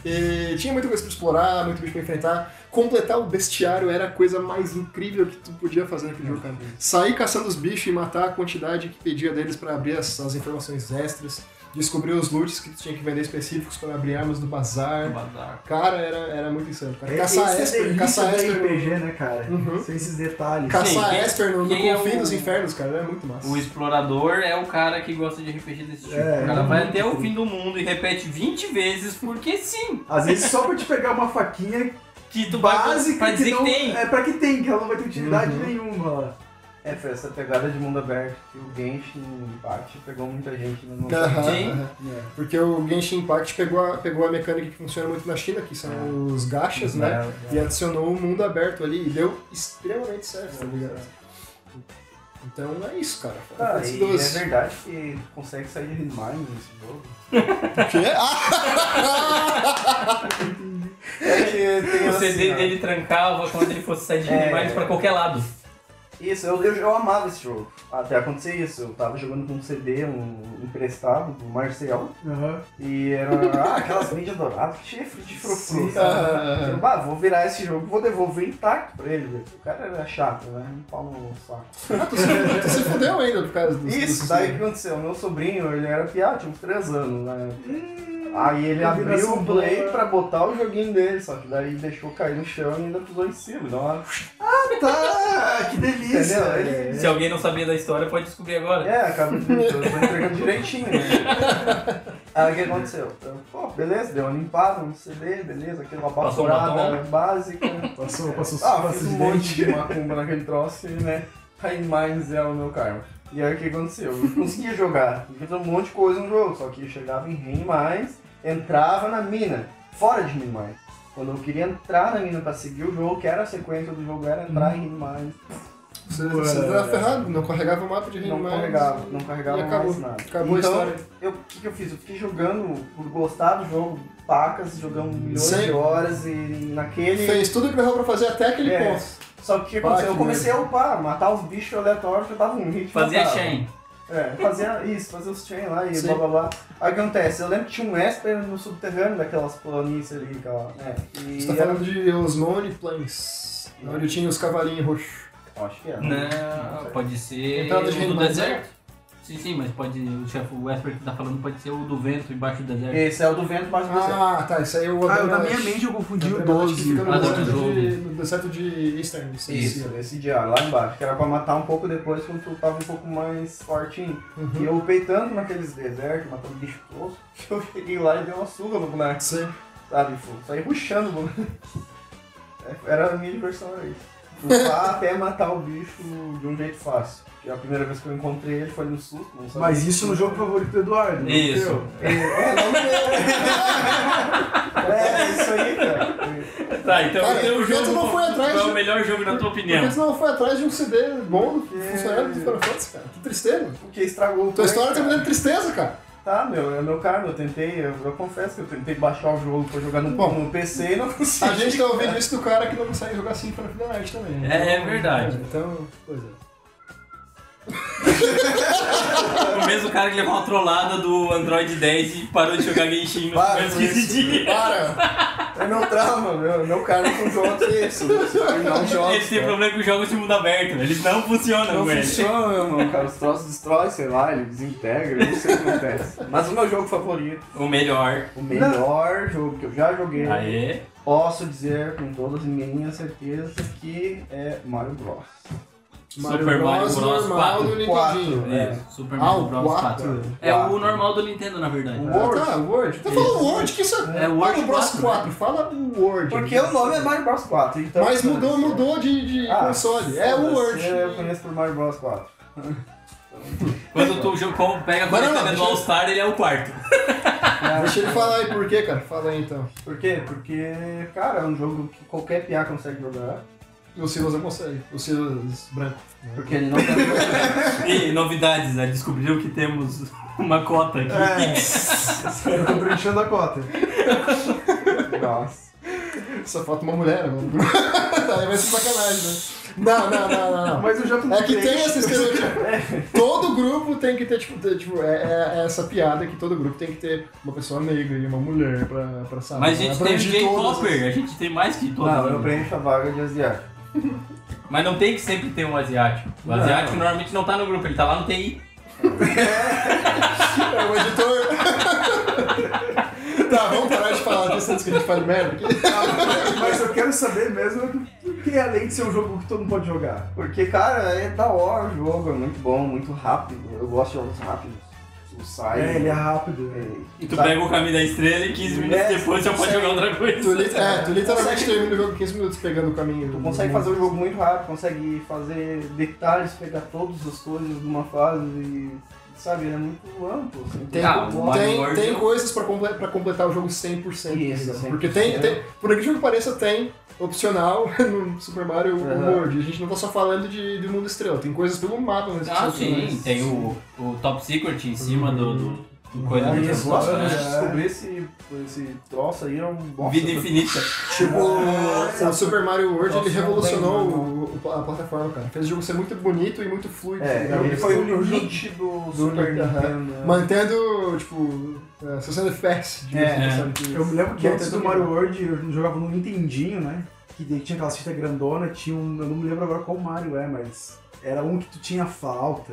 [SPEAKER 3] E tinha muita coisa pra explorar, muito bicho pra enfrentar. Completar o bestiário era a coisa mais incrível que tu podia fazer naquele jogo,
[SPEAKER 2] Uhum.
[SPEAKER 3] cara. Sair caçando os bichos e matar a quantidade que pedia deles pra abrir as, as informações extras. Descobrir os loots que tu tinha que vender específicos para abrir armas do bazar.
[SPEAKER 4] Bazar.
[SPEAKER 3] Cara, era, era muito insano. Cara. Caçar
[SPEAKER 2] Esse é
[SPEAKER 3] Esper,
[SPEAKER 2] delícia
[SPEAKER 3] caçar
[SPEAKER 2] do
[SPEAKER 3] Esper.
[SPEAKER 2] RPG, né, cara?
[SPEAKER 3] Uhum.
[SPEAKER 2] São esses detalhes.
[SPEAKER 3] Caçar
[SPEAKER 4] Sim, quem-
[SPEAKER 3] Esper no, no
[SPEAKER 4] quem é
[SPEAKER 3] confim
[SPEAKER 4] o-
[SPEAKER 3] dos infernos, cara, era muito massa.
[SPEAKER 4] O explorador é o cara que gosta de repetir desse tipo.
[SPEAKER 2] É,
[SPEAKER 4] o cara vai
[SPEAKER 2] muito
[SPEAKER 4] até o
[SPEAKER 2] bom.
[SPEAKER 4] fim do mundo e repete 20 vezes porque sim.
[SPEAKER 2] Às vezes só pra te pegar uma faquinha
[SPEAKER 4] Que tu
[SPEAKER 2] básica
[SPEAKER 4] vai pra dizer
[SPEAKER 2] que, não,
[SPEAKER 4] que tem.
[SPEAKER 2] É pra que tem, que ela não vai ter utilidade
[SPEAKER 3] Uhum.
[SPEAKER 2] nenhuma.
[SPEAKER 1] É, foi essa pegada de mundo aberto que o Genshin Impact pegou muita gente no mundo.
[SPEAKER 3] Aham,
[SPEAKER 4] Sim.
[SPEAKER 3] aham. Porque o Genshin Impact pegou a, pegou a mecânica que funciona muito na China, que são
[SPEAKER 1] É.
[SPEAKER 3] os gachas, né? E adicionou o mundo aberto ali e deu extremamente certo, tá ligado? Então é isso, cara. Final
[SPEAKER 1] Ah,
[SPEAKER 3] Fantasy
[SPEAKER 1] e é
[SPEAKER 3] XII.
[SPEAKER 1] verdade que tu consegue sair de Remind nesse jogo.
[SPEAKER 3] O quê? Ah,
[SPEAKER 1] É que tem
[SPEAKER 4] O
[SPEAKER 1] assim,
[SPEAKER 4] CD
[SPEAKER 1] ó.
[SPEAKER 4] dele trancava quando ele fosse sair de
[SPEAKER 1] É.
[SPEAKER 4] demais pra qualquer lado.
[SPEAKER 1] Isso, eu, eu, eu amava esse jogo. Até acontecer isso. Eu tava jogando com um CD um, emprestado do Marcel.
[SPEAKER 2] Aham.
[SPEAKER 1] E era ah, aquelas mídias douradas, chifre de frufru.
[SPEAKER 3] Sim.
[SPEAKER 1] sabe?
[SPEAKER 3] Ah.
[SPEAKER 1] Eu, bah, vou virar esse jogo, vou devolver intacto pra ele. velho. O cara era chato, né? Um pau no saco.
[SPEAKER 3] Ah, tu, se, tu se fudeu ainda por causa do.
[SPEAKER 1] Isso,
[SPEAKER 3] do-
[SPEAKER 1] daí o que aconteceu? Meu sobrinho, ele era piá, tinha uns 3 anos, né? Aí ele abriu
[SPEAKER 2] combinação
[SPEAKER 1] o play
[SPEAKER 2] boa.
[SPEAKER 1] pra botar o joguinho dele, só que daí deixou cair no chão e ainda pisou em cima. Então, Dá uma...
[SPEAKER 2] Tá, que delícia.
[SPEAKER 1] Entendeu?
[SPEAKER 2] É.
[SPEAKER 4] Se alguém não sabia da história, pode descobrir agora.
[SPEAKER 1] É, acaba de eu tô entregando direitinho, né? Aí o que aconteceu? Eu, Pô, beleza, deu uma limpada no CD, beleza, aquela
[SPEAKER 4] Passou um
[SPEAKER 1] baforada básica.
[SPEAKER 2] É, Passou, passou,
[SPEAKER 1] Ah,
[SPEAKER 2] passou
[SPEAKER 1] fiz um
[SPEAKER 2] de
[SPEAKER 1] monte de
[SPEAKER 2] dente.
[SPEAKER 1] macumba naquele troço e, né? Aí mais é o meu karma. E aí o que aconteceu? Eu conseguia jogar, eu fiz um monte de coisa no jogo, só que eu chegava em rei mais, entrava na mina, fora de rei mais. Quando eu queria entrar na mina pra seguir o jogo, que era a sequência do jogo, era entrar em rei mais.
[SPEAKER 3] Você, você tava ferrado, não carregava o mapa de reino
[SPEAKER 1] Não
[SPEAKER 3] Uhum. mais.
[SPEAKER 1] carregava, não carregava
[SPEAKER 3] e acabou.
[SPEAKER 1] mais nada.
[SPEAKER 3] Acabou
[SPEAKER 1] então,
[SPEAKER 3] a história.
[SPEAKER 1] eu- o que, que eu fiz? Eu fiquei jogando por gostar do jogo, pacas, jogando milhões
[SPEAKER 3] Sim.
[SPEAKER 1] de horas e naquele.
[SPEAKER 3] Fez tudo o que dava pra fazer até aquele
[SPEAKER 1] É.
[SPEAKER 3] ponto.
[SPEAKER 1] Só que o que
[SPEAKER 3] Pá,
[SPEAKER 1] aconteceu?
[SPEAKER 3] que
[SPEAKER 1] Eu comecei a upar, matar os bichos aleatórios que eu tava um hit.
[SPEAKER 4] Fazia
[SPEAKER 1] matava.
[SPEAKER 4] chain.
[SPEAKER 1] É, fazia isso, fazia os chain lá e
[SPEAKER 3] Sim.
[SPEAKER 1] blá blá blá. Aí o que acontece? Eu lembro que tinha um Esper no subterrâneo daquelas planícies ali, aquela, né? E Ah.
[SPEAKER 3] Você tá
[SPEAKER 1] era-
[SPEAKER 3] falando de Osmone Plains, onde tinha os cavalinhos roxos.
[SPEAKER 1] Acho que é. era.
[SPEAKER 4] Não, pode ser
[SPEAKER 3] Entrada de
[SPEAKER 4] o do
[SPEAKER 3] Rei Mago.
[SPEAKER 4] deserto. Sim, sim, mas pode. O chefe Westbrook que tá falando pode ser o do vento embaixo do deserto.
[SPEAKER 1] Esse é o do vento, mas não é.
[SPEAKER 3] Ah, tá, isso aí é o
[SPEAKER 2] Ah, eu, na
[SPEAKER 3] Adrenaline.
[SPEAKER 2] minha mente eu
[SPEAKER 3] Então,
[SPEAKER 2] confundi o
[SPEAKER 3] Adrenaline é que
[SPEAKER 2] 12.
[SPEAKER 3] fica no
[SPEAKER 4] Ah, não,
[SPEAKER 3] deserto
[SPEAKER 4] não.
[SPEAKER 3] de- No deserto de Eastern, de
[SPEAKER 1] Isso,
[SPEAKER 3] Sicília.
[SPEAKER 1] esse dia lá embaixo, que era pra matar um pouco depois quando tu tava um pouco mais fortinho.
[SPEAKER 3] Uhum.
[SPEAKER 1] E eu peitando naqueles desertos, matando bicho todo, eu cheguei lá e dei uma suga no boneco,
[SPEAKER 3] Sim.
[SPEAKER 1] sabe? Fô? Saí ruxando o boneco. É, Era a minha diversão, era isso. Lutar até matar o bicho de um jeito fácil. E a primeira vez que eu encontrei ele foi no susto, não sabia.
[SPEAKER 2] Mas isso no jogo favorito do Eduardo. não
[SPEAKER 4] Isso.
[SPEAKER 2] teu.
[SPEAKER 1] É, não É, isso aí, cara.
[SPEAKER 4] Tá, então
[SPEAKER 3] Cara,
[SPEAKER 4] o teu
[SPEAKER 3] por que tu não foi atrás
[SPEAKER 4] Qual é
[SPEAKER 3] de-
[SPEAKER 4] o melhor jogo na tua opinião?
[SPEAKER 3] Por que tu não foi atrás de um CD bom do
[SPEAKER 1] Porque-
[SPEAKER 3] funcionário do Final Fantasy, cara? Que tristeza.
[SPEAKER 1] Porque estragou o
[SPEAKER 3] Tua
[SPEAKER 1] play,
[SPEAKER 3] história tá
[SPEAKER 1] cara.
[SPEAKER 3] me dando tristeza, cara.
[SPEAKER 1] Tá, meu, é meu cargo, eu tentei, eu, eu confesso que eu tentei baixar o jogo pra jogar no,
[SPEAKER 3] Bom,
[SPEAKER 1] no PC e não consegui.
[SPEAKER 3] A gente tá ouvindo isso do cara que não consegue jogar assim Symphony of the Night também. né?
[SPEAKER 4] É, é
[SPEAKER 3] Então,
[SPEAKER 4] verdade.
[SPEAKER 3] Então, pois é.
[SPEAKER 4] O mesmo cara que levou uma trollada do Android 10 e parou de jogar Genshin nos
[SPEAKER 1] Para
[SPEAKER 4] primeiros
[SPEAKER 1] com isso.
[SPEAKER 4] 15 dias.
[SPEAKER 3] Para!
[SPEAKER 1] É meu trauma, meu, meu cargo com jogos é isso. Não
[SPEAKER 4] Ele tem problema com jogos de mundo aberto, né? eles não funcionam
[SPEAKER 1] né? Não
[SPEAKER 3] é.
[SPEAKER 4] com ele.
[SPEAKER 1] funciona, meu, cara. Os troços destrói, sei lá, ele desintegra, eu não sei o que acontece. Mas o meu jogo favorito,
[SPEAKER 4] O melhor.
[SPEAKER 1] o melhor jogo que eu já joguei,
[SPEAKER 4] Aê.
[SPEAKER 1] posso dizer com toda a minha certeza que é Mario Bros.
[SPEAKER 4] Super Mario Bros.
[SPEAKER 3] normal
[SPEAKER 4] 4.
[SPEAKER 3] do
[SPEAKER 1] Quatro,
[SPEAKER 3] Nintendinho.
[SPEAKER 1] É.
[SPEAKER 4] Isso, Super
[SPEAKER 3] Ah,
[SPEAKER 4] Mario
[SPEAKER 3] o
[SPEAKER 4] Bros 4.
[SPEAKER 3] 4.
[SPEAKER 4] É
[SPEAKER 1] Quatro. Hum.
[SPEAKER 4] o normal do Nintendo, na verdade.
[SPEAKER 1] O-
[SPEAKER 3] Ah, tá, Word. Tá falando Word? Que isso
[SPEAKER 4] É o Word
[SPEAKER 3] Mario Bros
[SPEAKER 4] 4,
[SPEAKER 3] 4. Fala o Word.
[SPEAKER 1] Porque o nome é Mario Bros 4, então...
[SPEAKER 3] Mas mudou, mudou de, de console. É o
[SPEAKER 1] Ah, foda-se,
[SPEAKER 3] Word.
[SPEAKER 1] Eu conheço por Mario Bros 4.
[SPEAKER 4] Quando tu jogou, pega a
[SPEAKER 3] Mas não,
[SPEAKER 4] conectada
[SPEAKER 3] não,
[SPEAKER 4] do
[SPEAKER 3] deixa-
[SPEAKER 4] All-Star, ele é o quarto.
[SPEAKER 3] Deixa ele falar aí por quê, cara. Fala aí então.
[SPEAKER 1] Por quê? Porque, cara, é um jogo que qualquer PA consegue jogar.
[SPEAKER 3] O Silas não consegue. O Silas branco.
[SPEAKER 1] Porque ele não tem.
[SPEAKER 4] E novidades, né? Descobriu que temos uma cota aqui.
[SPEAKER 2] É. eu tô preenchendo a cota.
[SPEAKER 1] Nossa.
[SPEAKER 3] Só falta é uma mulher, mano. Aí vai ser sacanagem, né? Não, não, não, não. não.
[SPEAKER 2] Mas eu já tô
[SPEAKER 3] É que tem esse esquema. tipo, todo grupo tem que ter, tipo, ter, tipo, é, é- é essa piada que todo grupo tem que ter uma pessoa negra e uma mulher pra, pra saber.
[SPEAKER 4] Mas a gente tem o
[SPEAKER 3] abrangir todas as-
[SPEAKER 4] J-Popper, a gente tem mais que todos.
[SPEAKER 1] Não, eu preencho a vaga de asiático.
[SPEAKER 4] Mas não tem que sempre ter um asiático. O
[SPEAKER 1] Não.
[SPEAKER 4] asiático normalmente não tá no grupo, ele tá lá no TI.
[SPEAKER 3] É o editor. tá, vamos parar de falar disso antes que a gente fale merda. aqui.
[SPEAKER 2] Mas eu quero saber mesmo o que é além de ser um jogo que todo mundo pode jogar.
[SPEAKER 1] Porque, cara, é da hora o jogo, é muito bom, muito rápido. Eu gosto de jogos rápidos. O Sai.
[SPEAKER 2] É, ele é rápido.
[SPEAKER 1] E
[SPEAKER 4] Tu pega o caminho da estrela e 15 minutos
[SPEAKER 1] É,
[SPEAKER 4] depois já
[SPEAKER 1] Tá.
[SPEAKER 4] pode
[SPEAKER 1] sim.
[SPEAKER 4] jogar outra
[SPEAKER 3] Tu,
[SPEAKER 4] coisa.
[SPEAKER 3] li- é, tu literalmente termina o jogo 15 minutos pegando o caminho.
[SPEAKER 1] Tu consegue fazer o
[SPEAKER 2] assim.
[SPEAKER 1] jogo muito rápido, consegue fazer detalhes, pegar todas as coisas de uma fase e. Sabe, é muito amplo. Assim.
[SPEAKER 3] Tem,
[SPEAKER 4] Ah, o Mario
[SPEAKER 3] tem,
[SPEAKER 4] World
[SPEAKER 3] tem
[SPEAKER 4] eu-
[SPEAKER 3] coisas pra, comple pra completar o jogo 100%.
[SPEAKER 1] Isso, 100%.
[SPEAKER 3] Porque tem, tem- por aqui que pareça, tem opcional no Super Mario
[SPEAKER 1] Aham.
[SPEAKER 3] World. A gente não tá só falando de, de mundo estrela, tem coisas pelo mapa né? mesmo. que
[SPEAKER 4] Ah,
[SPEAKER 3] são
[SPEAKER 4] sim,
[SPEAKER 3] opcionais.
[SPEAKER 4] tem o, o Top Secret em cima do, do, do coisa
[SPEAKER 1] Aí,
[SPEAKER 4] do
[SPEAKER 1] eu
[SPEAKER 4] negócio, né?
[SPEAKER 1] gosto é de descobrir esse, esse troço aí, é um bosta.
[SPEAKER 4] Vida infinita.
[SPEAKER 3] Tipo, o Super Mario World
[SPEAKER 1] Nossa,
[SPEAKER 3] ele
[SPEAKER 1] não
[SPEAKER 3] revolucionou
[SPEAKER 1] lembro,
[SPEAKER 3] o- o- a plataforma, cara. Fez o jogo ser muito bonito e muito fluido.
[SPEAKER 1] É,
[SPEAKER 3] sabe?
[SPEAKER 1] ele foi o limite do Super
[SPEAKER 3] Aham.
[SPEAKER 1] Nintendo. né?
[SPEAKER 3] Mantendo, tipo, é, 60 FPS. de
[SPEAKER 1] É,
[SPEAKER 3] vez em
[SPEAKER 4] é.
[SPEAKER 3] quando, sabe?
[SPEAKER 2] Eu me lembro que
[SPEAKER 3] Não,
[SPEAKER 2] antes
[SPEAKER 3] tudo
[SPEAKER 2] do
[SPEAKER 3] bem.
[SPEAKER 2] Mario World eu jogava no Nintendinho, né? Que daí tinha aquelas fitas grandona, tinha um. Eu não me lembro agora qual Mario é, mas. Era um que tu tinha flauta.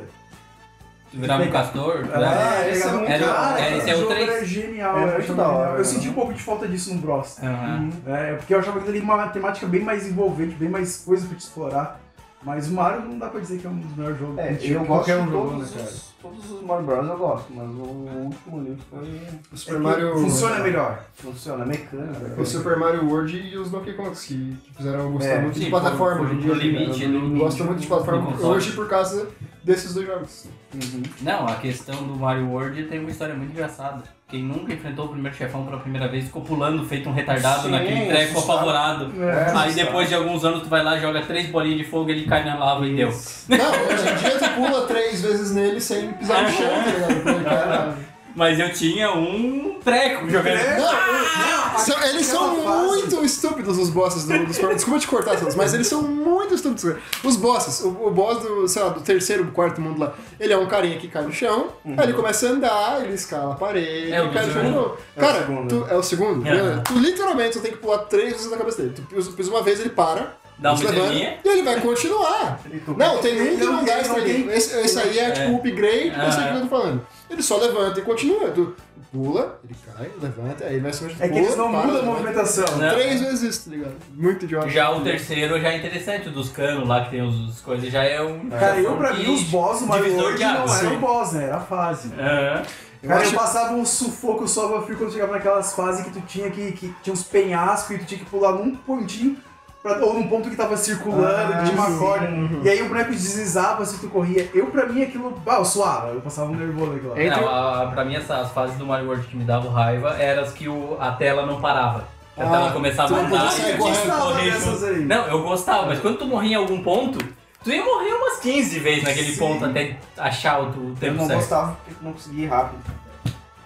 [SPEAKER 4] Tu virava um castor, tu virava...
[SPEAKER 1] Ah, esse é muito
[SPEAKER 4] Era-
[SPEAKER 1] caro,
[SPEAKER 4] era-
[SPEAKER 1] cara.
[SPEAKER 4] esse é o
[SPEAKER 2] jogo
[SPEAKER 4] três.
[SPEAKER 2] era genial,
[SPEAKER 1] É
[SPEAKER 2] era
[SPEAKER 1] muito
[SPEAKER 2] jogo
[SPEAKER 1] da hora,
[SPEAKER 2] genial.
[SPEAKER 1] né?
[SPEAKER 2] Eu senti um pouco de falta disso no Bros.
[SPEAKER 4] Aham.
[SPEAKER 2] É, porque eu achava que ele tinha uma temática bem mais envolvente, bem mais coisa pra te explorar. Mas o Mario não dá pra dizer que é um dos melhores jogos.
[SPEAKER 1] É,
[SPEAKER 2] que
[SPEAKER 1] eu gosto de
[SPEAKER 2] que qualquer um jogou,
[SPEAKER 1] todos, os, todos os Mario Bros eu gosto, mas o último ali foi...
[SPEAKER 3] O
[SPEAKER 2] É
[SPEAKER 3] Super
[SPEAKER 2] que
[SPEAKER 3] Mario. né?
[SPEAKER 2] Funciona melhor.
[SPEAKER 1] Funciona, a mecânica.
[SPEAKER 3] O
[SPEAKER 1] cara.
[SPEAKER 3] Super Mario World e os Donkey Kongs, que, que fizeram eu gostar
[SPEAKER 1] É,
[SPEAKER 3] muito de
[SPEAKER 4] sim,
[SPEAKER 3] plataforma.
[SPEAKER 4] foi-
[SPEAKER 3] hoje
[SPEAKER 4] foi
[SPEAKER 3] em
[SPEAKER 4] no
[SPEAKER 3] dia,
[SPEAKER 4] limite,
[SPEAKER 3] cara. Eu gosto
[SPEAKER 4] no limite
[SPEAKER 3] muito de
[SPEAKER 4] do
[SPEAKER 3] plataforma
[SPEAKER 4] console.
[SPEAKER 3] hoje por causa desses dois jogos.
[SPEAKER 1] Uhum.
[SPEAKER 4] Não, a questão do Mario World tem uma história muito engraçada. Quem nunca enfrentou o primeiro chefão pela primeira vez ficou pulando, feito um retardado
[SPEAKER 1] Sim,
[SPEAKER 4] naquele treco
[SPEAKER 1] assustado.
[SPEAKER 4] apavorado.
[SPEAKER 1] É,
[SPEAKER 4] Aí
[SPEAKER 1] sabe?
[SPEAKER 4] depois de alguns anos tu vai lá, joga três bolinhas de fogo, ele cai na lava e deu.
[SPEAKER 3] Não, hoje em dia tu pula três vezes nele sem pisar no chão, tá ligado? Pô, cara.
[SPEAKER 4] Mas eu tinha um treco jogando.
[SPEAKER 2] É.
[SPEAKER 3] Não, Ah, não, são- eles são muito estúpidos os bosses do, do Super Desculpa te cortar, Santos, mas eles são muito estúpidos. cara. Os bosses, o, o boss do, sei lá, do terceiro, do quarto mundo lá, ele é um carinha que cai no chão, aí ele começa a andar, ele escala a parede,
[SPEAKER 4] Uhum. É o
[SPEAKER 3] ele cai no chão de
[SPEAKER 4] segundo.
[SPEAKER 3] novo.
[SPEAKER 1] É o
[SPEAKER 3] Cara,
[SPEAKER 1] segundo.
[SPEAKER 3] tu, é o segundo?
[SPEAKER 4] É.
[SPEAKER 3] Tu literalmente só tem que pular três vezes na cabeça dele. Tu pisa, pisa uma vez, ele para,
[SPEAKER 4] Dá uma
[SPEAKER 3] Você levanta
[SPEAKER 4] estrelinha.
[SPEAKER 3] E ele vai continuar.
[SPEAKER 1] Ele tu-
[SPEAKER 3] Não, tem um que
[SPEAKER 2] Não
[SPEAKER 3] não dá
[SPEAKER 2] tem, não
[SPEAKER 3] estrelinha. Esse, esse aí é tipo o upgrade que
[SPEAKER 4] É.
[SPEAKER 3] você tá falando. Ele só levanta e continua. Tu pula, ele cai, levanta, aí ele vai se mexer.
[SPEAKER 2] É que eles
[SPEAKER 3] pula,
[SPEAKER 2] não
[SPEAKER 3] para,
[SPEAKER 2] mudam a
[SPEAKER 3] levanta.
[SPEAKER 2] movimentação.
[SPEAKER 4] Né?
[SPEAKER 3] Três vezes isso, tá ligado? Muito idiota.
[SPEAKER 4] Já o terceiro já é interessante, o dos canos lá que tem os, os coisas, já é um.
[SPEAKER 2] Cara, eu pra mim os boss do Mario
[SPEAKER 4] Divisor
[SPEAKER 2] World
[SPEAKER 4] de
[SPEAKER 2] não
[SPEAKER 4] águas,
[SPEAKER 2] eram
[SPEAKER 4] sim.
[SPEAKER 2] boss, né? Era a fase.
[SPEAKER 4] Aham.
[SPEAKER 3] Eu
[SPEAKER 2] Cara,
[SPEAKER 3] acho-
[SPEAKER 2] eu passava um sufoco só frio quando chegava naquelas fases que tu tinha que, que tinha uns penhascos e tu tinha que pular num pontinho pra- ou num ponto que tava circulando,
[SPEAKER 1] Ah,
[SPEAKER 2] que tinha uma
[SPEAKER 1] sim.
[SPEAKER 2] corda.
[SPEAKER 3] Uhum.
[SPEAKER 2] E aí o boneco deslizava se tu corria. Eu, pra mim, aquilo. Ah, eu suava, eu passava um nervoso naquilo. lá.
[SPEAKER 3] É. Entre-
[SPEAKER 4] Não, a- a- pra mim essa- as fases do Mario World que me davam raiva eram as que o- a tela não parava. A
[SPEAKER 3] Ah,
[SPEAKER 4] tela começava
[SPEAKER 3] tu
[SPEAKER 4] a
[SPEAKER 3] não podia
[SPEAKER 4] andar.
[SPEAKER 3] sair
[SPEAKER 4] e
[SPEAKER 2] Eu
[SPEAKER 4] tinha que
[SPEAKER 2] gostava
[SPEAKER 4] correr
[SPEAKER 2] dessas
[SPEAKER 4] junto. tá.
[SPEAKER 2] aí.
[SPEAKER 4] Não, eu gostava, mas quando tu morria em algum ponto, tu ia morrer umas 15 vezes naquele
[SPEAKER 1] Sim.
[SPEAKER 4] ponto até achar o, tu- o
[SPEAKER 1] Eu
[SPEAKER 4] tempo
[SPEAKER 1] não
[SPEAKER 4] certo.
[SPEAKER 1] gostava porque tu não conseguia ir rápido.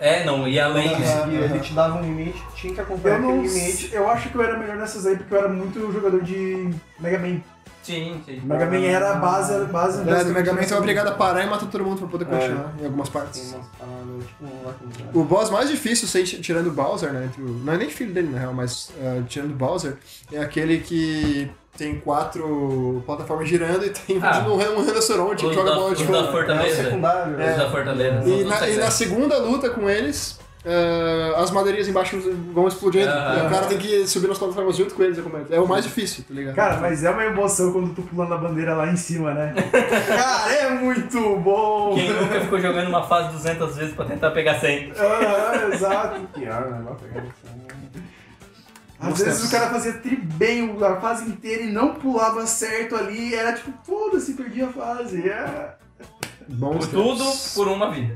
[SPEAKER 4] É, não, e além
[SPEAKER 1] Não
[SPEAKER 4] disso.
[SPEAKER 1] conseguia,
[SPEAKER 3] aham.
[SPEAKER 1] Ele te dava um limite, tinha que acompanhar
[SPEAKER 2] Eu
[SPEAKER 1] aquele
[SPEAKER 2] não.
[SPEAKER 1] limite.
[SPEAKER 2] Eu acho que eu era melhor nessas aí porque eu era muito jogador de Mega Man.
[SPEAKER 4] Sim, sim.
[SPEAKER 2] Mega Man era a base. A base
[SPEAKER 3] É, no Mega Man você é obrigado a parar e matar todo mundo pra
[SPEAKER 2] É.
[SPEAKER 3] poder continuar em algumas
[SPEAKER 1] Tem
[SPEAKER 3] partes.
[SPEAKER 1] umas
[SPEAKER 4] Ah, é
[SPEAKER 1] paradas, tipo, um lá com-
[SPEAKER 3] O boss mais difícil, sem- tirando o Bowser, né? entre o- Não é nem filho dele, na real, mas ah, tirando o Bowser, é aquele que tem quatro plataformas girando e tem
[SPEAKER 4] Ah.
[SPEAKER 3] um, um rinoceronte que
[SPEAKER 4] Os
[SPEAKER 3] joga
[SPEAKER 4] da-
[SPEAKER 3] bola de
[SPEAKER 4] os
[SPEAKER 3] fogo.
[SPEAKER 4] da
[SPEAKER 1] É o
[SPEAKER 4] Fortaleza.
[SPEAKER 1] secundário.
[SPEAKER 4] Os da Fortaleza.
[SPEAKER 3] E
[SPEAKER 4] não
[SPEAKER 3] na,
[SPEAKER 4] sei
[SPEAKER 3] e
[SPEAKER 4] se é.
[SPEAKER 3] na segunda luta com eles, eh, as madeirinhas embaixo vão explodindo.
[SPEAKER 4] Ah.
[SPEAKER 3] e o cara tem que subir nas plataformas junto com eles. eu comento. É o mais difícil, tá ligado?
[SPEAKER 2] Cara, mas é uma emoção quando tu pulando a bandeira lá em cima, né? Cara, é muito bom!
[SPEAKER 4] Quem nunca ficou jogando uma fase 200 vezes pra tentar pegar 100?
[SPEAKER 2] Aham, Ah, exato.
[SPEAKER 1] Pior, né? Lá pegava assim,
[SPEAKER 2] Às
[SPEAKER 3] Bons
[SPEAKER 2] vezes
[SPEAKER 3] tempos.
[SPEAKER 2] o cara fazia tri bem a fase inteira e não pulava certo ali, era tipo, foda-se, perdi a fase. É.
[SPEAKER 3] Bons
[SPEAKER 4] Por tudo,
[SPEAKER 3] tempos.
[SPEAKER 4] por uma vida.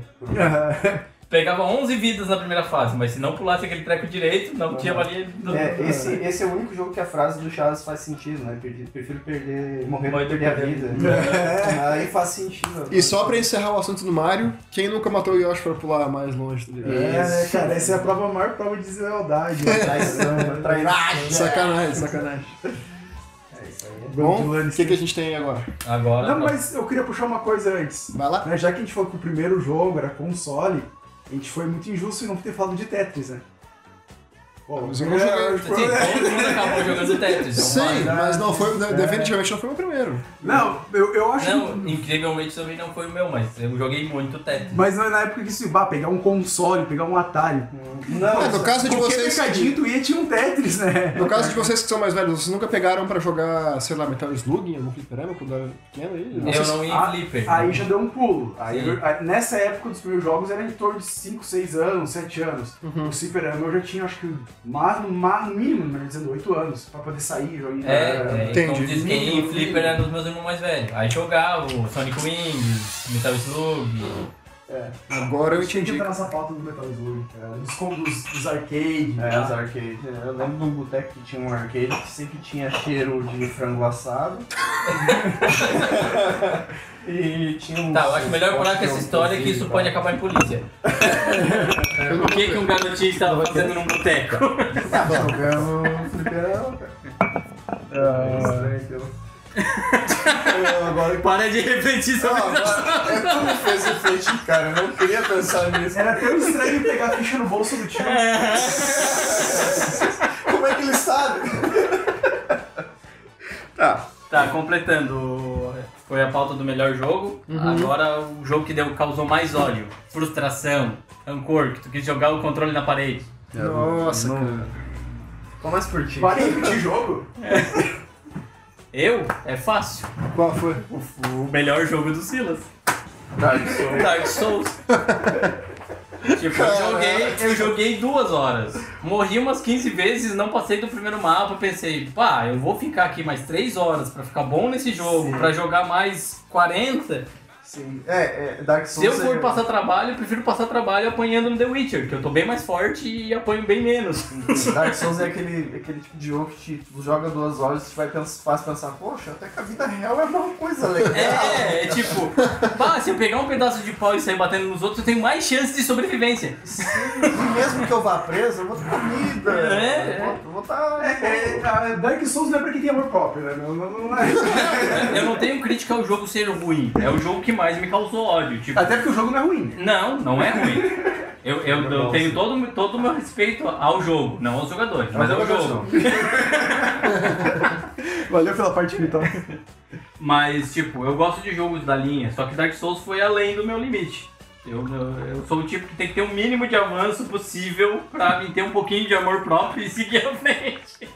[SPEAKER 4] Pegava 11 vidas na primeira fase, mas se não pulasse aquele treco direito, não tinha valia. Não...
[SPEAKER 1] É, esse, esse é o único jogo que a frase do Chaves faz sentido, né? Perdi- prefiro perder, morrer do
[SPEAKER 4] Morrer
[SPEAKER 1] que
[SPEAKER 4] do
[SPEAKER 1] perder a
[SPEAKER 4] que perder. É.
[SPEAKER 1] vida. Aí faz sentido. né?
[SPEAKER 3] E só pra encerrar o assunto do Mario, quem nunca matou o Yoshi pra pular mais longe, tá ligado?
[SPEAKER 2] É, né, cara, essa é a prova, a maior prova de deslealdade. né?
[SPEAKER 1] Traição, né? trairagem.
[SPEAKER 3] Sacanagem, sacanagem.
[SPEAKER 1] É isso aí.
[SPEAKER 3] Bom,
[SPEAKER 2] Dylan,
[SPEAKER 3] o que, que a gente tem agora?
[SPEAKER 4] Agora.
[SPEAKER 2] Não, mas eu queria puxar uma coisa antes.
[SPEAKER 3] Vai lá?
[SPEAKER 2] Né, Já que a gente falou que o primeiro jogo era console, a gente foi muito injusto em não ter falado de Tetris, né? Pô,
[SPEAKER 3] Mas eu não joguei.
[SPEAKER 2] é,
[SPEAKER 4] Sim, Tipo, todo mundo acabou jogando Tetris. é uma-
[SPEAKER 3] Sim, mas não foi,
[SPEAKER 1] É.
[SPEAKER 3] definitivamente não foi o primeiro.
[SPEAKER 2] Não, eu, eu acho.
[SPEAKER 4] Não, incrivelmente também não foi o meu, mas eu joguei muito Tetris.
[SPEAKER 2] Mas não é na época que se bah, pegar um console, pegar um atalho.
[SPEAKER 1] Não,
[SPEAKER 3] Ah, no caso de
[SPEAKER 2] Qualquer
[SPEAKER 3] vocês.
[SPEAKER 2] mercadinho tu ia tinha um Tetris,
[SPEAKER 4] É
[SPEAKER 2] né?
[SPEAKER 3] No caso de vocês que são mais velhos, vocês nunca pegaram pra jogar, sei lá, Metal Slug em algum fliperama quando era pequeno aí? Não sei
[SPEAKER 4] Eu
[SPEAKER 3] se-
[SPEAKER 4] não ia
[SPEAKER 2] Ah,
[SPEAKER 4] em Um Flipper.
[SPEAKER 2] Aí já deu um pulo. Aí,
[SPEAKER 4] Sim.
[SPEAKER 2] aí, nessa época dos primeiros jogos era em torno de 5, 6 anos, 7 anos.
[SPEAKER 3] Uhum.
[SPEAKER 2] O Ciperama eu já tinha, acho que, ma- no ma- no mínimo, melhor dizendo, 8 anos, pra poder sair, jogar.
[SPEAKER 4] É, é
[SPEAKER 3] Entendi.
[SPEAKER 4] então diz que ia em Flipper era dos meus irmãos mais velhos. Aí jogava o Sonic Wings, Metal Slug.
[SPEAKER 3] Agora eu
[SPEAKER 2] Tinha
[SPEAKER 3] entendi.
[SPEAKER 2] que entrar nessa pauta do Metal Slug, cara. Dos combos dos arcade. tá?
[SPEAKER 1] É, os arcades. Eu lembro de um boteco que tinha um arcade que sempre tinha cheiro de frango assado. e tinha um.
[SPEAKER 4] Tá, eu acho melhor parar com essa história que isso pode acabar em polícia. O que, que um garotinho estava fazendo num boteco?
[SPEAKER 1] Jogando fliperama, cara. Estranho, então.
[SPEAKER 3] Agora
[SPEAKER 4] Para de refletir sobre isso.
[SPEAKER 1] Ah, é tu me fez refletir, cara. Eu não queria pensar nisso.
[SPEAKER 2] Era tão estranho pegar a ficha no bolso do tio.
[SPEAKER 4] É.
[SPEAKER 1] Como é que ele sabe?
[SPEAKER 3] Tá.
[SPEAKER 4] Tá, completando. Foi a pauta do melhor jogo. Agora o jogo que deu, causou mais ódio, frustração, rancor, que tu quis jogar o controle na parede.
[SPEAKER 1] É,
[SPEAKER 3] Nossa, cara.
[SPEAKER 1] Começa por ti.
[SPEAKER 2] Vale repetir jogo?
[SPEAKER 4] Eu? É fácil.
[SPEAKER 3] Qual foi?
[SPEAKER 4] O melhor jogo do Silas.
[SPEAKER 1] Dark Souls.
[SPEAKER 4] Dark Souls. tipo, eu joguei, eu joguei duas horas. Morri umas 15 vezes, não passei do primeiro mapa. Pensei, pá, eu vou ficar aqui mais 3 horas pra ficar bom nesse jogo,
[SPEAKER 1] Sim.
[SPEAKER 4] pra jogar mais 40.
[SPEAKER 1] Sim. É, é, Dark
[SPEAKER 4] Se eu
[SPEAKER 1] Souls.
[SPEAKER 4] for
[SPEAKER 1] é-
[SPEAKER 4] passar trabalho, eu prefiro passar trabalho apanhando no The Witcher, que eu tô bem mais forte e apanho bem menos.
[SPEAKER 1] Dark Souls é aquele, aquele tipo de jogo que te tu joga duas horas e te vai pens- faz pensar, poxa, até que a vida real é uma coisa legal.
[SPEAKER 4] É, é tipo, pá, se eu pegar um pedaço de pau e sair batendo nos outros, eu tenho mais chance de sobrevivência.
[SPEAKER 1] E mesmo que eu vá preso, eu vou ter comida.
[SPEAKER 4] É,
[SPEAKER 1] eu vou, eu vou tá-
[SPEAKER 2] É, é, a Dark Souls não é pra quem tem amor próprio, né? Não, não, não é.
[SPEAKER 4] Eu não tenho crítica ao jogo ser ruim, é o jogo que mais me causou ódio. Tipo,
[SPEAKER 2] Até porque o jogo não é ruim.
[SPEAKER 4] Não, não é ruim. Eu, eu, eu tenho todo o todo o meu é um respeito ao jogo, não aos jogadores, mas ao
[SPEAKER 1] Não,
[SPEAKER 4] jogo.
[SPEAKER 1] não.
[SPEAKER 2] Valeu pela parte então. espiritual.
[SPEAKER 4] Mas, tipo, eu gosto de jogos da linha, só que Dark Souls foi além do meu limite. Eu, eu sou o tipo que tem que ter o mínimo de avanço possível pra me ter um pouquinho de amor próprio e seguir a frente.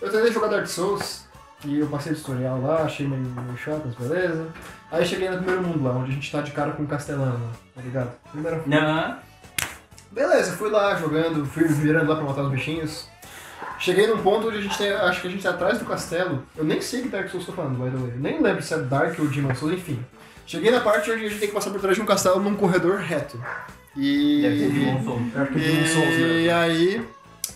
[SPEAKER 3] Eu tentei jogar Dark Souls e eu passei o tutorial lá, achei meio, meio chato, mas beleza. Aí cheguei no primeiro mundo lá, onde a gente tá de cara com o castelano, lá, tá ligado? Primeira...
[SPEAKER 4] Não,
[SPEAKER 3] Beleza, fui lá jogando, fui virando lá pra matar os bichinhos. Cheguei num ponto onde a gente tem, acho que a gente tá atrás do castelo. Eu nem sei que Dark Souls tô falando, by the way. Eu nem lembro se é Dark ou Demon Souls, enfim. Cheguei na parte onde a gente tem que passar por trás de um castelo num corredor reto. E.
[SPEAKER 4] deve ser de bom som.
[SPEAKER 2] É porque Demon Souls, né?
[SPEAKER 3] E aí,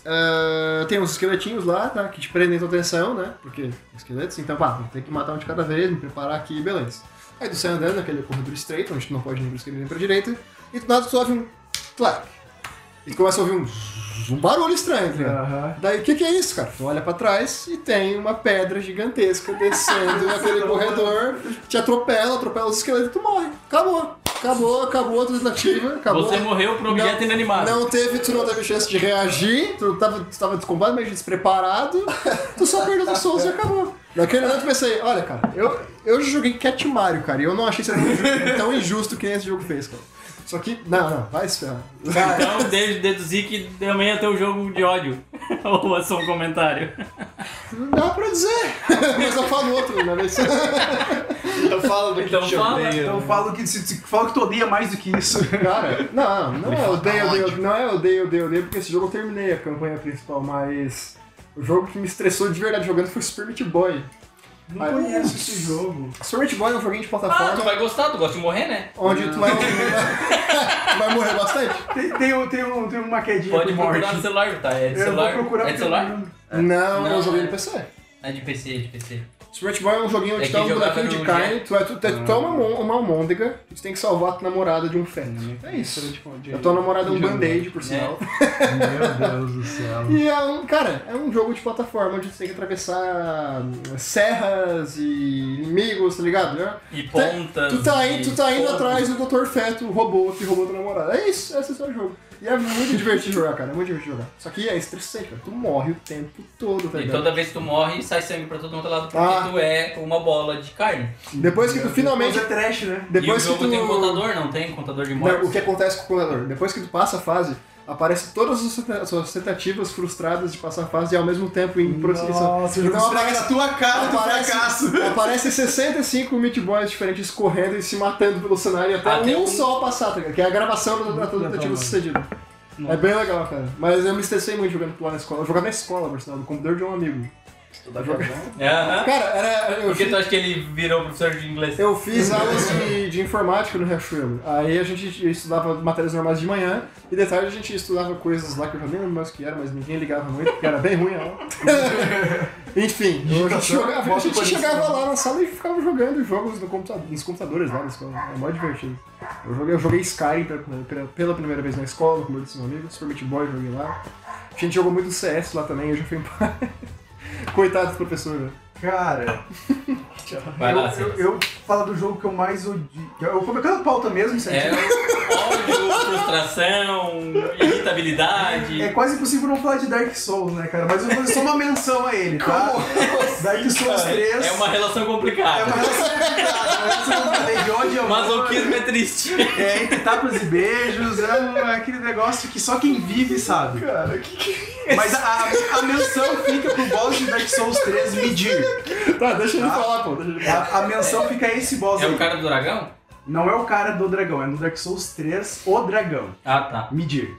[SPEAKER 3] ah, tem uns esqueletinhos lá, tá? Que te prendem tua atenção, né? Porque esqueletos, então, pá, tem que matar um de cada vez, me preparar aqui, beleza. Aí tu sai andando naquele corredor estreito, onde tu não pode nem pra esquerda nem pra direita, e do nada tu só ouve um clac. E tu começa a ouvir um, zzz, um barulho estranho, tá ligado?
[SPEAKER 2] Aham.
[SPEAKER 3] Daí o que, que é isso, cara? Tu olha pra trás e tem uma pedra gigantesca descendo naquele corredor, te atropela, atropela os esqueletos e tu morre. Acabou. Acabou, acabou a tentativa, acabou.
[SPEAKER 4] Você morreu pro objeto
[SPEAKER 3] Não,
[SPEAKER 4] inanimado.
[SPEAKER 3] Não teve, tu não teve chance de reagir, tu tava, tu tava completamente despreparado, tu só perdeu do Souls e acabou. Naquele momento eu pensei, olha cara, eu, eu joguei Cat Mario, cara, e eu não achei isso tão injusto, tão injusto que nem esse jogo fez, cara. Só que, não, não, vai se ferrar.
[SPEAKER 4] Então desde deduzir que também é teu jogo de ódio. Ou é só um comentário.
[SPEAKER 3] Não dá pra dizer, mas eu falo outro, né? Mas-
[SPEAKER 5] Então fala do que
[SPEAKER 4] Então
[SPEAKER 5] te
[SPEAKER 4] fala,
[SPEAKER 5] odeia,
[SPEAKER 2] Então
[SPEAKER 5] né?
[SPEAKER 2] fala que, se, se- fala que tu odeia mais do que isso.
[SPEAKER 3] Cara, não, não é odeio, odeio, odeio, não é odeio, odeio, odeio, porque esse jogo eu terminei a campanha principal, mas o jogo que me estressou de verdade jogando foi Super Meat Boy.
[SPEAKER 2] Não
[SPEAKER 3] Ai,
[SPEAKER 2] conheço esse jogo.
[SPEAKER 3] Super Meat Boy é um joguinho de
[SPEAKER 4] Ah,
[SPEAKER 3] plataforma
[SPEAKER 4] tu vai gostar, tu gosta de morrer, né?
[SPEAKER 3] onde tu vai, vai morrer bastante.
[SPEAKER 2] Tem, tem, um- tem, um, tem uma quedinha
[SPEAKER 4] Pode
[SPEAKER 2] de morte.
[SPEAKER 4] procurar no celular, tá? É de
[SPEAKER 2] Eu vou
[SPEAKER 4] celular.
[SPEAKER 2] procurar
[SPEAKER 4] É de celular?
[SPEAKER 2] porque eu-
[SPEAKER 3] Não, um eu
[SPEAKER 4] Não,
[SPEAKER 3] joguei
[SPEAKER 4] é.
[SPEAKER 3] no PC.
[SPEAKER 4] É de PC, é de PC.
[SPEAKER 3] Super Meat Boy é um joguinho onde
[SPEAKER 4] É
[SPEAKER 3] tu é
[SPEAKER 4] que
[SPEAKER 3] um
[SPEAKER 4] jogava
[SPEAKER 3] bonequinho de
[SPEAKER 4] no Ah.
[SPEAKER 3] carne, tu é, tu, tu, é- tu é uma, mon- uma almôndega e tu tem que salvar a tua namorada de um feto.
[SPEAKER 4] Hum,
[SPEAKER 3] É isso.
[SPEAKER 2] de-
[SPEAKER 3] A tua namorada é um
[SPEAKER 2] de-
[SPEAKER 3] band-aid, por sinal.
[SPEAKER 2] é.
[SPEAKER 5] Meu Deus do céu.
[SPEAKER 3] E é um, cara, é um jogo de plataforma onde você tem que atravessar hum, serras e inimigos, tá ligado? né?
[SPEAKER 4] E pontas.
[SPEAKER 3] Tu tá,
[SPEAKER 4] e
[SPEAKER 3] aí, tu tá indo
[SPEAKER 4] pontas.
[SPEAKER 3] atrás do Dr. Feto, o robô que roubou tua namorada. É isso, esse é o jogo. E é muito divertido jogar, cara. É muito divertido jogar. Só que é estressante, cara. Tu morre o tempo todo, tá
[SPEAKER 4] E
[SPEAKER 3] ligado?
[SPEAKER 4] toda vez que tu morre, sai sangue pra todo mundo lado porque
[SPEAKER 3] Ah.
[SPEAKER 4] tu é uma bola de carne.
[SPEAKER 3] Depois que tu finalmente.
[SPEAKER 2] Mas é trash, né?
[SPEAKER 3] Depois
[SPEAKER 4] e o jogo
[SPEAKER 3] que tu.
[SPEAKER 4] tem um contador, não tem? Contador de
[SPEAKER 3] Não,
[SPEAKER 4] mortes.
[SPEAKER 3] o que acontece com o contador? Depois que tu passa a fase, aparecem todas as suas- as suas tentativas frustradas de passar a fase e ao mesmo tempo em prosseguição.
[SPEAKER 2] Nossa, o jogo
[SPEAKER 3] Então
[SPEAKER 2] esfrega na
[SPEAKER 3] aparece-
[SPEAKER 2] tua cara do
[SPEAKER 3] aparece-
[SPEAKER 2] fracasso.
[SPEAKER 3] Aparecem 65 Meat Boys diferentes correndo e se matando pelo cenário até
[SPEAKER 4] Até
[SPEAKER 3] um
[SPEAKER 4] um-
[SPEAKER 3] só passar, tá ligado? Que é a gravação da- da
[SPEAKER 2] tá
[SPEAKER 3] da tentativa sucedida. É bem legal, cara. Mas eu me estressei muito jogando lá na escola. Eu jogava na escola, por sinal, no computador de um amigo.
[SPEAKER 1] Toda jogão.
[SPEAKER 4] É, Aham.
[SPEAKER 3] Cara, era. Eu
[SPEAKER 4] Porque
[SPEAKER 3] fiz-
[SPEAKER 4] tu acha que ele virou professor de inglês?
[SPEAKER 3] Eu fiz aulas de, de informática no Refilm. Aí a gente estudava matérias normais de manhã e de tarde a gente estudava coisas lá que eu já nem lembro mais o que era, mas ninguém ligava muito, porque era bem ruim a aula. Enfim, a gente, jogava, a gente chegava lá na sala e ficava jogando jogos no computa- nos computadores lá na escola. Era mó divertido. Eu joguei, eu joguei Skyrim pela, pela- pela primeira vez na escola, com meu disse meu amigo, Super Meat Boy joguei lá. A gente jogou muito CS lá também, eu já fui em paz. Coitado do professor, né?
[SPEAKER 2] Cara,
[SPEAKER 4] Vai lá,
[SPEAKER 2] eu,
[SPEAKER 4] Silas.
[SPEAKER 2] eu, eu falo do jogo que eu mais odio. Eu colocando a pauta mesmo, isso
[SPEAKER 4] É
[SPEAKER 2] aqui.
[SPEAKER 4] um ódio, frustração, irritabilidade.
[SPEAKER 2] É quase impossível não falar de Dark Souls, né, cara? Mas eu vou fazer só uma menção a ele, tá? Dark Souls 3.
[SPEAKER 4] É uma relação complicada.
[SPEAKER 2] É uma relação complicada, uma relação complicada de ódio e amor.
[SPEAKER 4] Masoquismo é triste.
[SPEAKER 2] É, entre tapas e beijos, é, um- é aquele negócio que só quem vive sabe. Cara, que é que... Mas a, a menção fica pro boss de Dark Souls 3 medir.
[SPEAKER 3] Tá, deixa ele falar, pô. Deixa ele falar.
[SPEAKER 2] A, a menção fica a esse boss
[SPEAKER 4] É
[SPEAKER 2] aí.
[SPEAKER 4] o cara do dragão?
[SPEAKER 2] Não é o cara do dragão, é no Dark Souls 3, o dragão.
[SPEAKER 4] Ah, tá.
[SPEAKER 2] Medir.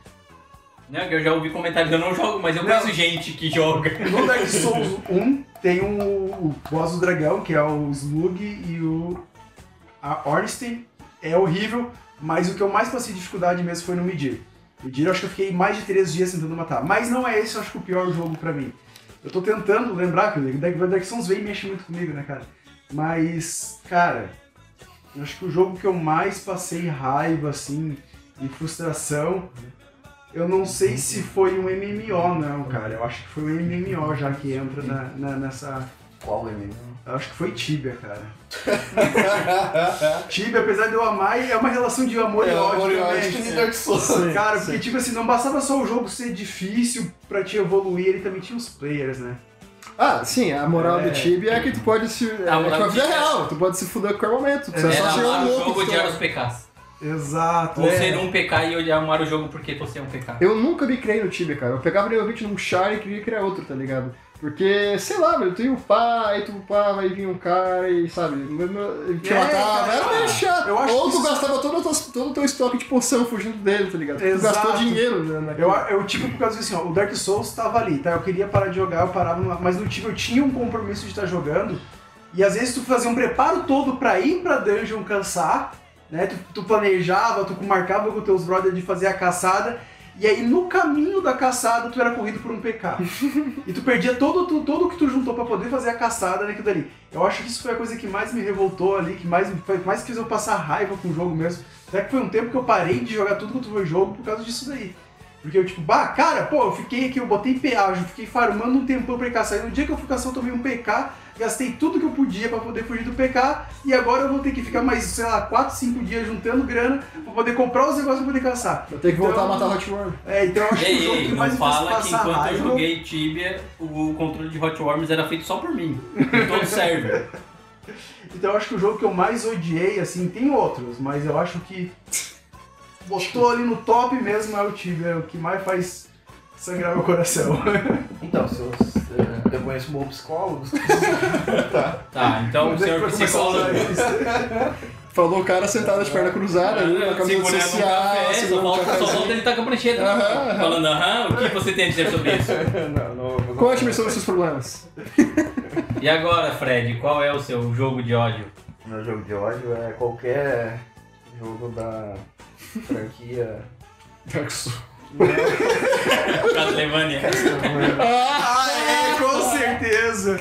[SPEAKER 4] Não, que eu já ouvi comentários, eu não jogo, mas eu
[SPEAKER 2] Não.
[SPEAKER 4] conheço gente que joga.
[SPEAKER 2] No Dark Souls 1 tem um- o boss do dragão, que é o Slug e o a Ornstein. É horrível, mas o que eu mais passei dificuldade mesmo foi no Medir. Medir eu acho que eu fiquei mais de três dias tentando matar. Mas não é esse, eu acho que o pior jogo pra mim. Eu tô tentando lembrar, que o Dark- o Dark Souls vem e mexe muito comigo, né, cara? Mas, cara, eu acho que o jogo que eu mais passei raiva, assim, e frustração, eu não sei se foi um MMO, não, cara. Eu acho que foi um MMO já que entra na, na- nessa.
[SPEAKER 1] Qual é mesmo?
[SPEAKER 2] Eu acho que foi Tibia, cara. Tibia, apesar de eu amar, é uma relação de amor e ódio.
[SPEAKER 3] né?
[SPEAKER 2] também. assim. Cara, porque tipo assim, não bastava só o jogo ser difícil pra te evoluir, ele também tinha os players, né?
[SPEAKER 3] Ah, sim, a moral
[SPEAKER 2] É.
[SPEAKER 3] do Tibia é que tu pode se. É,
[SPEAKER 4] A moral
[SPEAKER 3] com a
[SPEAKER 4] do
[SPEAKER 3] vida
[SPEAKER 4] Tibia é-
[SPEAKER 3] real, tu pode se fuder a qualquer momento. Tu
[SPEAKER 2] É,
[SPEAKER 3] só-
[SPEAKER 4] É
[SPEAKER 3] só
[SPEAKER 4] amar
[SPEAKER 3] chegar um
[SPEAKER 4] o
[SPEAKER 3] louco
[SPEAKER 4] jogo,
[SPEAKER 3] que tu-
[SPEAKER 4] odiar os pecados.
[SPEAKER 2] Exato.
[SPEAKER 4] Ou
[SPEAKER 2] é.
[SPEAKER 4] ser um PK e odiar amar o jogo porque você é um PK.
[SPEAKER 3] Eu nunca me criei no Tibia, cara. Eu pegava nível 20 num char e queria criar outro, tá ligado? Porque, sei lá, velho, tu ia upar, aí tu upava, aí vinha um cara e, sabe, meu- meu- ele te
[SPEAKER 2] É,
[SPEAKER 3] matava.
[SPEAKER 2] cara,
[SPEAKER 3] era meio chato.
[SPEAKER 2] eu acho
[SPEAKER 3] Ou
[SPEAKER 2] que
[SPEAKER 3] tu
[SPEAKER 2] isso-
[SPEAKER 3] gastava todo o teu, todo o teu estoque de poção fugindo dele, tá ligado? Tu
[SPEAKER 2] Exato.
[SPEAKER 3] gastou dinheiro né, naquilo.
[SPEAKER 2] Eu, eu tipo, por causa disso, assim, ó, o Dark Souls tava ali, tá? Eu queria parar de jogar, eu parava, numa- mas no time eu tinha um compromisso de estar jogando, e às vezes tu fazia um preparo todo pra ir pra dungeon caçar, né? Tu, tu planejava, tu marcava com teus brothers de fazer a caçada, e aí no caminho da caçada tu era corrido por um PK. e tu perdia todo, tu, todo o que tu juntou pra poder fazer a caçada naquilo dali. Eu acho que isso foi a coisa que mais me revoltou ali, que mais, foi- mais fez eu passar raiva com o jogo mesmo. Até que foi um tempo que eu parei de jogar tudo quanto foi jogo por causa disso daí. Porque eu, tipo, bah, cara, pô, eu fiquei aqui, eu botei peagem, fiquei farmando um tempão pra ir caçar. E no dia que eu fui caçar, eu tomei um PK, gastei tudo que eu podia pra poder fugir do PK. E agora eu vou ter que ficar mais, sei lá, 4, 5 dias juntando grana pra poder comprar os negócios pra poder caçar.
[SPEAKER 3] Eu tenho que voltar
[SPEAKER 2] Então-
[SPEAKER 3] a matar Hot Worm.
[SPEAKER 2] É, então eu acho que o
[SPEAKER 4] Ei,
[SPEAKER 2] jogo
[SPEAKER 4] ei,
[SPEAKER 2] que
[SPEAKER 4] não
[SPEAKER 2] mais me fez
[SPEAKER 4] fala que
[SPEAKER 2] passar
[SPEAKER 4] enquanto eu
[SPEAKER 2] raiva-
[SPEAKER 4] joguei Tibia, o controle de Hot Worms era feito só por mim. Em todo server.
[SPEAKER 2] Então eu acho que o jogo que eu mais odiei, assim, tem outros, mas eu acho que botou ali no top mesmo é o Tibia, é o que mais faz sangrar meu coração.
[SPEAKER 1] Então, se eu, se eu conheço um bom psicólogo. tá.
[SPEAKER 4] Tá, então,
[SPEAKER 2] Vamos ver
[SPEAKER 4] senhor
[SPEAKER 2] como é que vai
[SPEAKER 4] psicólogo.
[SPEAKER 2] começar isso.
[SPEAKER 3] Falou o cara sentado de
[SPEAKER 2] É.
[SPEAKER 3] perna cruzada ali, na camisa
[SPEAKER 4] Segurando um
[SPEAKER 3] social,
[SPEAKER 4] café, só
[SPEAKER 3] segurando um
[SPEAKER 4] volta- só
[SPEAKER 3] cafezinho.
[SPEAKER 4] volta ele tá com a prancheta.
[SPEAKER 3] Aham, aham.
[SPEAKER 4] Falando, aham, o que você tem a dizer sobre isso?
[SPEAKER 1] não, não, não,
[SPEAKER 3] Conte-me sobre seus problemas.
[SPEAKER 4] E agora, Fred, qual é o seu jogo de ódio?
[SPEAKER 1] Meu jogo de ódio é qualquer jogo da franquia.
[SPEAKER 3] Dark Souls.
[SPEAKER 4] Castlevania.
[SPEAKER 2] Ah, é, com certeza.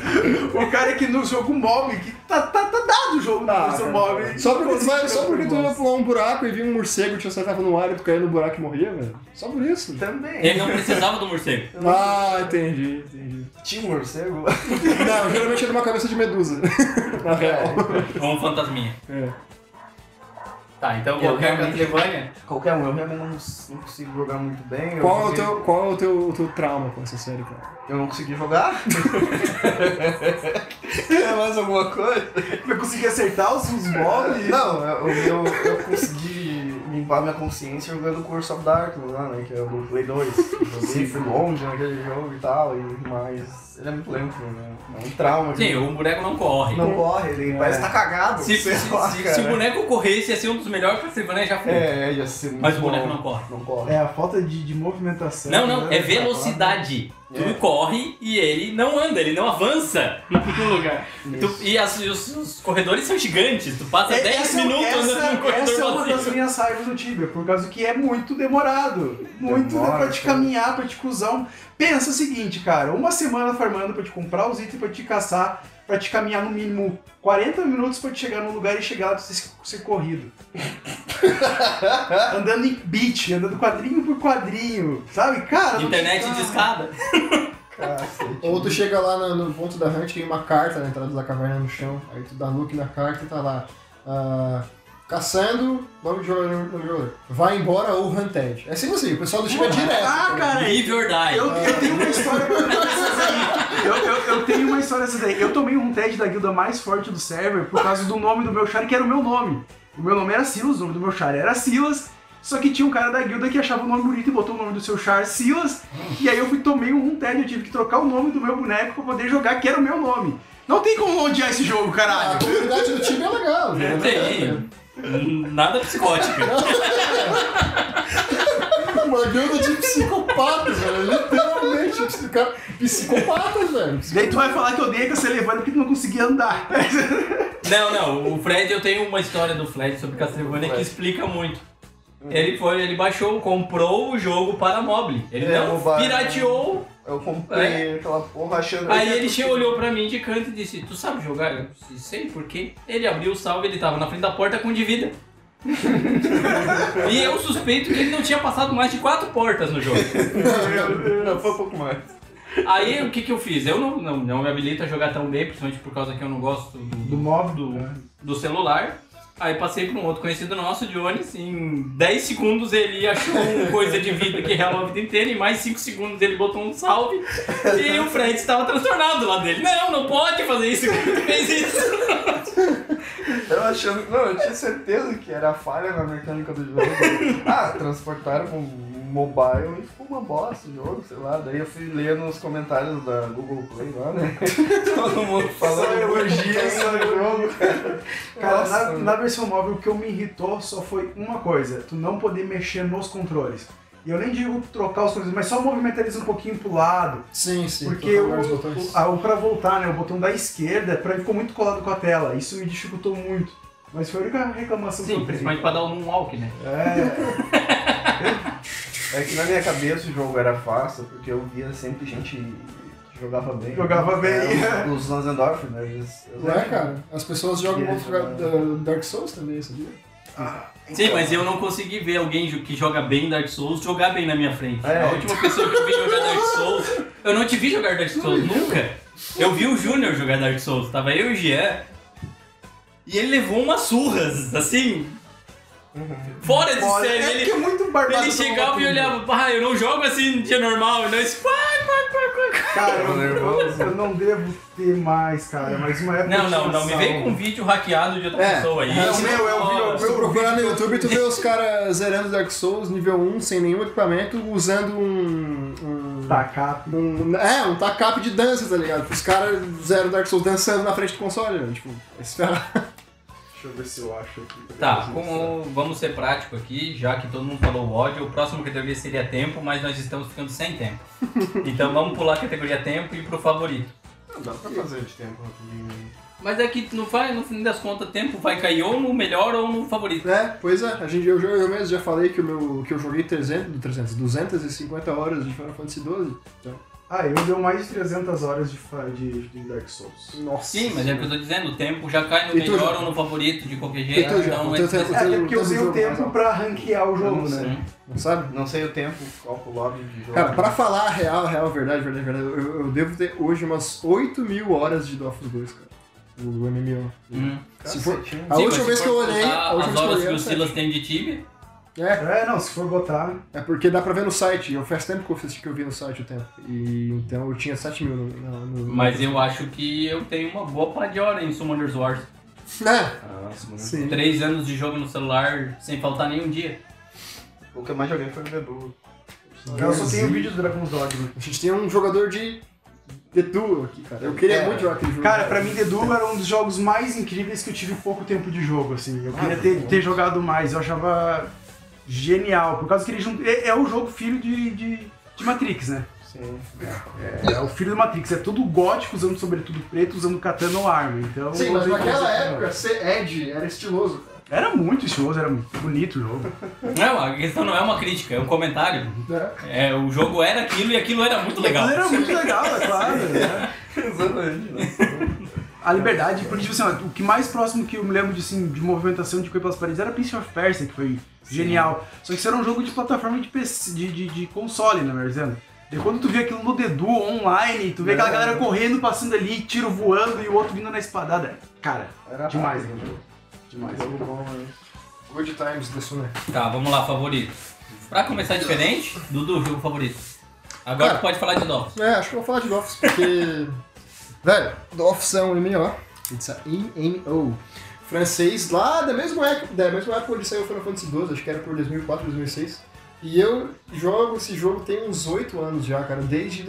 [SPEAKER 2] O cara que no jogo mob, que tá, tá, tá dado o jogo
[SPEAKER 1] Tá,
[SPEAKER 2] no seu
[SPEAKER 1] cara.
[SPEAKER 2] mob.
[SPEAKER 3] Só porque, tu vai-
[SPEAKER 2] Não
[SPEAKER 3] só porque tu ia
[SPEAKER 2] gosto.
[SPEAKER 3] pular um buraco e vinha um morcego te acertava no ar e tu caía no buraco e morria, velho? Só por isso.
[SPEAKER 1] Também.
[SPEAKER 4] Ele não precisava do morcego.
[SPEAKER 3] Ah, entendi, entendi.
[SPEAKER 1] Tinha um morcego?
[SPEAKER 3] Não, geralmente era uma cabeça de medusa. Na real.
[SPEAKER 4] Ou um fantasminha.
[SPEAKER 3] É.
[SPEAKER 4] Tá, então
[SPEAKER 1] Eu
[SPEAKER 4] qualquer
[SPEAKER 1] realmente-
[SPEAKER 4] Castlevania.
[SPEAKER 1] Qualquer um, eu mesmo não, não consigo jogar muito bem. eu
[SPEAKER 3] Qual é o
[SPEAKER 1] joguei-
[SPEAKER 3] teu, qual é o teu, o teu trauma com essa série, cara?
[SPEAKER 1] Eu não consegui jogar? é mais alguma coisa?
[SPEAKER 2] Eu consegui acertar os, os mobs.
[SPEAKER 1] Não, eu, eu, eu consegui limpar minha consciência jogando Curse of Darkness lá, né? Que é o Play 2. Joguei fui longe naquele jogo e tal, e, mas ele é muito lento, né? É um trauma.
[SPEAKER 4] Sim, o boneco não corre.
[SPEAKER 1] Não corre, ele parece que tá cagado.
[SPEAKER 4] Se,
[SPEAKER 1] sei
[SPEAKER 4] se-
[SPEAKER 1] lá,
[SPEAKER 4] se- se
[SPEAKER 1] cara.
[SPEAKER 4] o boneco corresse, ia ser um dos melhores Castlevania já foi.
[SPEAKER 1] É, ia ser muito
[SPEAKER 4] Mas o
[SPEAKER 1] bom.
[SPEAKER 4] boneco não corre.
[SPEAKER 1] Não corre.
[SPEAKER 2] É a falta de, de movimentação.
[SPEAKER 4] Não, não,
[SPEAKER 2] né?
[SPEAKER 4] é velocidade. Tu
[SPEAKER 1] É.
[SPEAKER 4] corre e ele não anda, ele não avança no lugar. Tu- e as- e os, os corredores são gigantes, tu passa
[SPEAKER 2] É,
[SPEAKER 4] 10
[SPEAKER 2] essa-
[SPEAKER 4] Ah, minutos
[SPEAKER 2] essa,
[SPEAKER 4] andando num corredor
[SPEAKER 2] essa é uma
[SPEAKER 4] vazio.
[SPEAKER 2] das minhas raivas do Tibia, por causa que é muito demorado. Muito
[SPEAKER 1] Demora,
[SPEAKER 2] pra te
[SPEAKER 1] cara.
[SPEAKER 2] caminhar, pra te cruzar. Um... Pensa o seguinte, cara, uma semana farmando pra te comprar os itens, pra te caçar, pra te caminhar no mínimo 40 minutos pra te chegar num lugar e chegar lá pra você ser corrido. andando em beat, andando quadrinho por quadrinho, sabe? Cara, não
[SPEAKER 4] Internet
[SPEAKER 2] te-
[SPEAKER 4] de escada.
[SPEAKER 1] Cacete.
[SPEAKER 3] Ou tu chega lá no, no ponto da Hunt, tem uma carta na entrada da caverna no chão, aí tu dá look na carta e tá lá. ah, caçando, nome de jogador, nome de jogador. Vai embora ou Hunted. É sempre assim, o pessoal do time é direto.
[SPEAKER 2] Ah, cara,
[SPEAKER 4] Live or die.
[SPEAKER 2] Eu, eu tenho uma história pra contar essas aí. Eu, eu- eu tenho uma história dessas aí. Eu tomei um TED da guilda mais forte do server por causa do nome do meu char, que era o meu nome. O meu nome era Silas, o nome do meu char era Silas. Só que tinha um cara da guilda que achava o nome bonito e botou o nome do seu char Silas. E aí eu fui tomei um TED, eu tive que trocar o nome do meu boneco pra poder jogar, que era o meu nome. Não tem como odiar esse jogo,
[SPEAKER 3] A
[SPEAKER 2] caralho.
[SPEAKER 3] comunidade do time é legal. né?
[SPEAKER 4] Sim. Nada psicótico.
[SPEAKER 3] Uma guilda de psicopatas, velho. é Literalmente, esse cara- psicopatas, velho.
[SPEAKER 2] Daí tu vai falar que eu odeia Castlevania porque tu não conseguia andar.
[SPEAKER 4] Não, não, o Fred, eu tenho uma história do Fred sobre Castlevania que explica muito.
[SPEAKER 2] Hum.
[SPEAKER 4] Ele foi, ele baixou, comprou o jogo para mobile. Ele
[SPEAKER 1] É,
[SPEAKER 4] não
[SPEAKER 1] o
[SPEAKER 2] né?
[SPEAKER 1] ba-
[SPEAKER 4] pirateou.
[SPEAKER 1] Eu comprei aquela porra achando.
[SPEAKER 4] é. Aí ele
[SPEAKER 1] um
[SPEAKER 4] chegou, olhou pra mim de canto e disse: Tu sabe jogar? Eu disse, sei por quê. Ele abriu o salve, ele tava na frente da porta com um de vida. e eu suspeito que ele não tinha passado mais de quatro portas no jogo.
[SPEAKER 1] Não, foi um pouco mais.
[SPEAKER 4] Aí o que que eu fiz? Eu não, não, não me habilito a jogar tão bem, principalmente por causa que eu não gosto do,
[SPEAKER 2] Do mob,
[SPEAKER 4] do, do celular. Aí passei por um outro conhecido nosso, Jones, em 10 segundos ele achou uma coisa de vida que realou a vida inteira, em mais 5 segundos ele botou um salve, e o Fred estava transtornado lá dele. Não, não pode fazer isso, quem fez isso?
[SPEAKER 1] Eu achando. Não, eu tinha certeza que era a falha na mecânica do jogo. Ah, transportaram um mobile e ficou uma bosta o jogo, sei lá. Daí eu fui ler nos comentários da Google Play lá, né? Todo mundo
[SPEAKER 2] Só
[SPEAKER 1] falando
[SPEAKER 2] eu.
[SPEAKER 1] elogia sobre o jogo, cara.
[SPEAKER 2] Cara,
[SPEAKER 1] Nossa,
[SPEAKER 2] na, na versão móvel o que eu me irritou só foi uma coisa: tu não poder mexer nos controles. E eu nem digo trocar os controles, mas só movimentar eles um pouquinho pro lado.
[SPEAKER 3] Sim, sim.
[SPEAKER 2] porque
[SPEAKER 3] tocar
[SPEAKER 2] o,
[SPEAKER 3] vários botões.
[SPEAKER 2] o, a- o pra voltar, né? O botão da esquerda pra, ficou muito colado com a tela. Isso me dificultou muito. Mas foi a única reclamação que
[SPEAKER 4] Sim,
[SPEAKER 2] eu tenho.
[SPEAKER 4] principalmente pra dar um walk, né?
[SPEAKER 2] É,
[SPEAKER 1] É que na minha cabeça o jogo era fácil, porque eu via sempre gente que jogava bem.
[SPEAKER 2] Jogava bem.
[SPEAKER 1] É, os Sons and Orphans, né? Eles- eu
[SPEAKER 3] Não é, cara? As pessoas jogam
[SPEAKER 1] Yes,
[SPEAKER 3] outro lugar
[SPEAKER 1] mano.
[SPEAKER 3] da- Dark Souls também, sabia?
[SPEAKER 4] Sim, mas eu não consegui ver alguém jo- que joga bem Dark Souls jogar bem na minha frente.
[SPEAKER 1] É.
[SPEAKER 4] A última pessoa que eu vi jogar Dark Souls, eu não te vi jogar Dark Souls nunca. Eu vi o Júnior jogar Dark Souls, tava eu e o Jean. E ele levou umas surras, assim. Fora de
[SPEAKER 2] olha,
[SPEAKER 4] série.
[SPEAKER 2] é
[SPEAKER 4] ele,
[SPEAKER 2] que é muito barbado.
[SPEAKER 4] ele chegava e
[SPEAKER 2] tomar tudo.
[SPEAKER 4] olhava, ah, eu não jogo assim no dia normal. E nós, "Vai, vai, vai, vai, vai."
[SPEAKER 2] Cara,
[SPEAKER 1] Tô nervoso.
[SPEAKER 2] eu, eu não devo ter mais, cara. Mas uma época.
[SPEAKER 4] Não,
[SPEAKER 2] eu
[SPEAKER 4] não,
[SPEAKER 2] tinha
[SPEAKER 4] não, me
[SPEAKER 2] salvo.
[SPEAKER 4] vem com um vídeo hackeado de outra
[SPEAKER 3] É.
[SPEAKER 4] pessoa aí.
[SPEAKER 3] É, o
[SPEAKER 2] meu, é o meu, é o
[SPEAKER 3] Se tu procurar no YouTube, tu vê os caras zerando Dark Souls nível 1, sem nenhum equipamento, usando um. um
[SPEAKER 2] Tá, cap.
[SPEAKER 3] um- é, um tacap de dança, tá ligado? Os caras zeram Dark Souls dançando na frente do console, né? Tipo, esse cara.
[SPEAKER 2] Deixa eu ver se eu acho aqui.
[SPEAKER 4] Tá, como vamos ser prático aqui, já que todo mundo falou ódio, o próximo categoria seria tempo, mas nós estamos ficando sem tempo. Então vamos pular a categoria tempo e ir pro favorito.
[SPEAKER 1] Não dá pra fazer de tempo rapidinho.
[SPEAKER 4] Mas é que não vai, no fim das contas, tempo vai cair ou no melhor ou no favorito.
[SPEAKER 3] É, pois é, a gente, eu, jo- eu mesmo já falei que, o meu, que eu joguei 300, 300, 250 horas de Final Fantasy XII.
[SPEAKER 2] Ah, eu deu mais de 300 horas de, fa- de, de Dark Souls.
[SPEAKER 3] Nossa.
[SPEAKER 4] Sim, mas é o que eu tô dizendo, o tempo já cai no
[SPEAKER 3] E tu,
[SPEAKER 4] melhor
[SPEAKER 3] Jean?
[SPEAKER 4] ou no favorito de qualquer
[SPEAKER 3] E
[SPEAKER 4] jeito,
[SPEAKER 3] tu, Jean?
[SPEAKER 4] então
[SPEAKER 3] O
[SPEAKER 4] é assim,
[SPEAKER 3] teu tempo-
[SPEAKER 2] É, até porque eu
[SPEAKER 3] Todo
[SPEAKER 2] usei o
[SPEAKER 3] jogo mais
[SPEAKER 2] tempo
[SPEAKER 3] alto.
[SPEAKER 2] pra ranquear o jogo,
[SPEAKER 1] Sim.
[SPEAKER 2] né?
[SPEAKER 3] Não sabe?
[SPEAKER 1] Não sei o tempo, qual o lobby de jogo.
[SPEAKER 3] Cara, pra falar a real, real, verdade, verdade, verdade, eu, eu devo ter hoje umas 8 mil horas de Dofus 2, cara. O MMO.
[SPEAKER 4] Hum.
[SPEAKER 3] Se for,
[SPEAKER 1] Cacetinho.
[SPEAKER 3] a
[SPEAKER 4] Sim,
[SPEAKER 3] última
[SPEAKER 4] mas
[SPEAKER 3] vez
[SPEAKER 4] se
[SPEAKER 3] que eu
[SPEAKER 4] for
[SPEAKER 3] olhei.
[SPEAKER 4] contar
[SPEAKER 3] A última
[SPEAKER 4] As
[SPEAKER 3] vez que eu
[SPEAKER 4] horas
[SPEAKER 3] olhei.
[SPEAKER 4] que
[SPEAKER 3] era
[SPEAKER 4] o
[SPEAKER 3] sete.
[SPEAKER 4] Silas tem de time,
[SPEAKER 3] É,
[SPEAKER 2] É, não, se for botar.
[SPEAKER 3] é porque dá pra ver no site. Eu faz tempo que eu, fiz, que eu vi no site o tempo. E então eu tinha 7 mil no, no, no-
[SPEAKER 4] mas eu acho que eu tenho uma boa pá de hora em Summoners Wars.
[SPEAKER 3] É,
[SPEAKER 1] Ah, isso, mano.
[SPEAKER 3] sim.
[SPEAKER 4] Três anos de jogo no celular sem faltar nenhum dia.
[SPEAKER 1] O que eu mais joguei foi o Bebu.
[SPEAKER 2] Eu só tenho vídeo do né? Dragon's Dogma.
[SPEAKER 3] A gente tem um jogador de. De duo aqui, cara. Eu queria
[SPEAKER 1] É.
[SPEAKER 3] muito jogar aquele jogo.
[SPEAKER 2] Cara, pra mim The Doom era um dos jogos mais incríveis que eu tive pouco tempo de jogo, assim. Eu queria ter, ter jogado mais, eu achava genial, por causa que ele junta. É, é o jogo filho de, de, de Matrix, né?
[SPEAKER 1] Sim.
[SPEAKER 2] É, é o filho do Matrix, é tudo gótico, usando sobretudo preto, usando katana ou arma. Então,
[SPEAKER 3] Sim, mas naquela época, ser Ed era estiloso, cara.
[SPEAKER 2] Era muito estiloso, era muito bonito o jogo.
[SPEAKER 4] Não, a questão não é uma crítica, é um comentário.
[SPEAKER 3] né?
[SPEAKER 4] É, o jogo era aquilo e aquilo era muito legal.
[SPEAKER 2] Mas era muito legal, é claro. né?
[SPEAKER 1] Exatamente, né?
[SPEAKER 2] A liberdade, porque tipo assim, ó, o que mais próximo que eu me lembro de, assim, de movimentação de coisa pelas paredes era Prince of Persia, que foi genial. Só que isso era um jogo de plataforma de, PC, de, de, de console, na verdade. dizendo. E quando tu vê aquilo no Dedu online, tu vê aquela galera correndo, passando ali, tiro voando e o outro vindo na espadada. Cara,
[SPEAKER 1] Era
[SPEAKER 2] Demais,
[SPEAKER 1] rápido,
[SPEAKER 2] né?
[SPEAKER 1] jogo.
[SPEAKER 2] demais.
[SPEAKER 1] Jogo bom, né?
[SPEAKER 3] Good times desse, né?
[SPEAKER 4] Tá, vamos lá, favorito. Pra começar diferente, Dudu, jogo favorito. Agora
[SPEAKER 3] Cara.
[SPEAKER 4] tu pode falar de novo.
[SPEAKER 3] É, acho que eu vou falar de Dofus, porque. Velho, Dofus é um MMO. It's a MMO. Francês, lá da mesma época, da mesma época onde saiu o Final Fantasy XII, acho que era por 2004, 2006. E eu jogo esse jogo tem uns 8 anos já, cara. Desde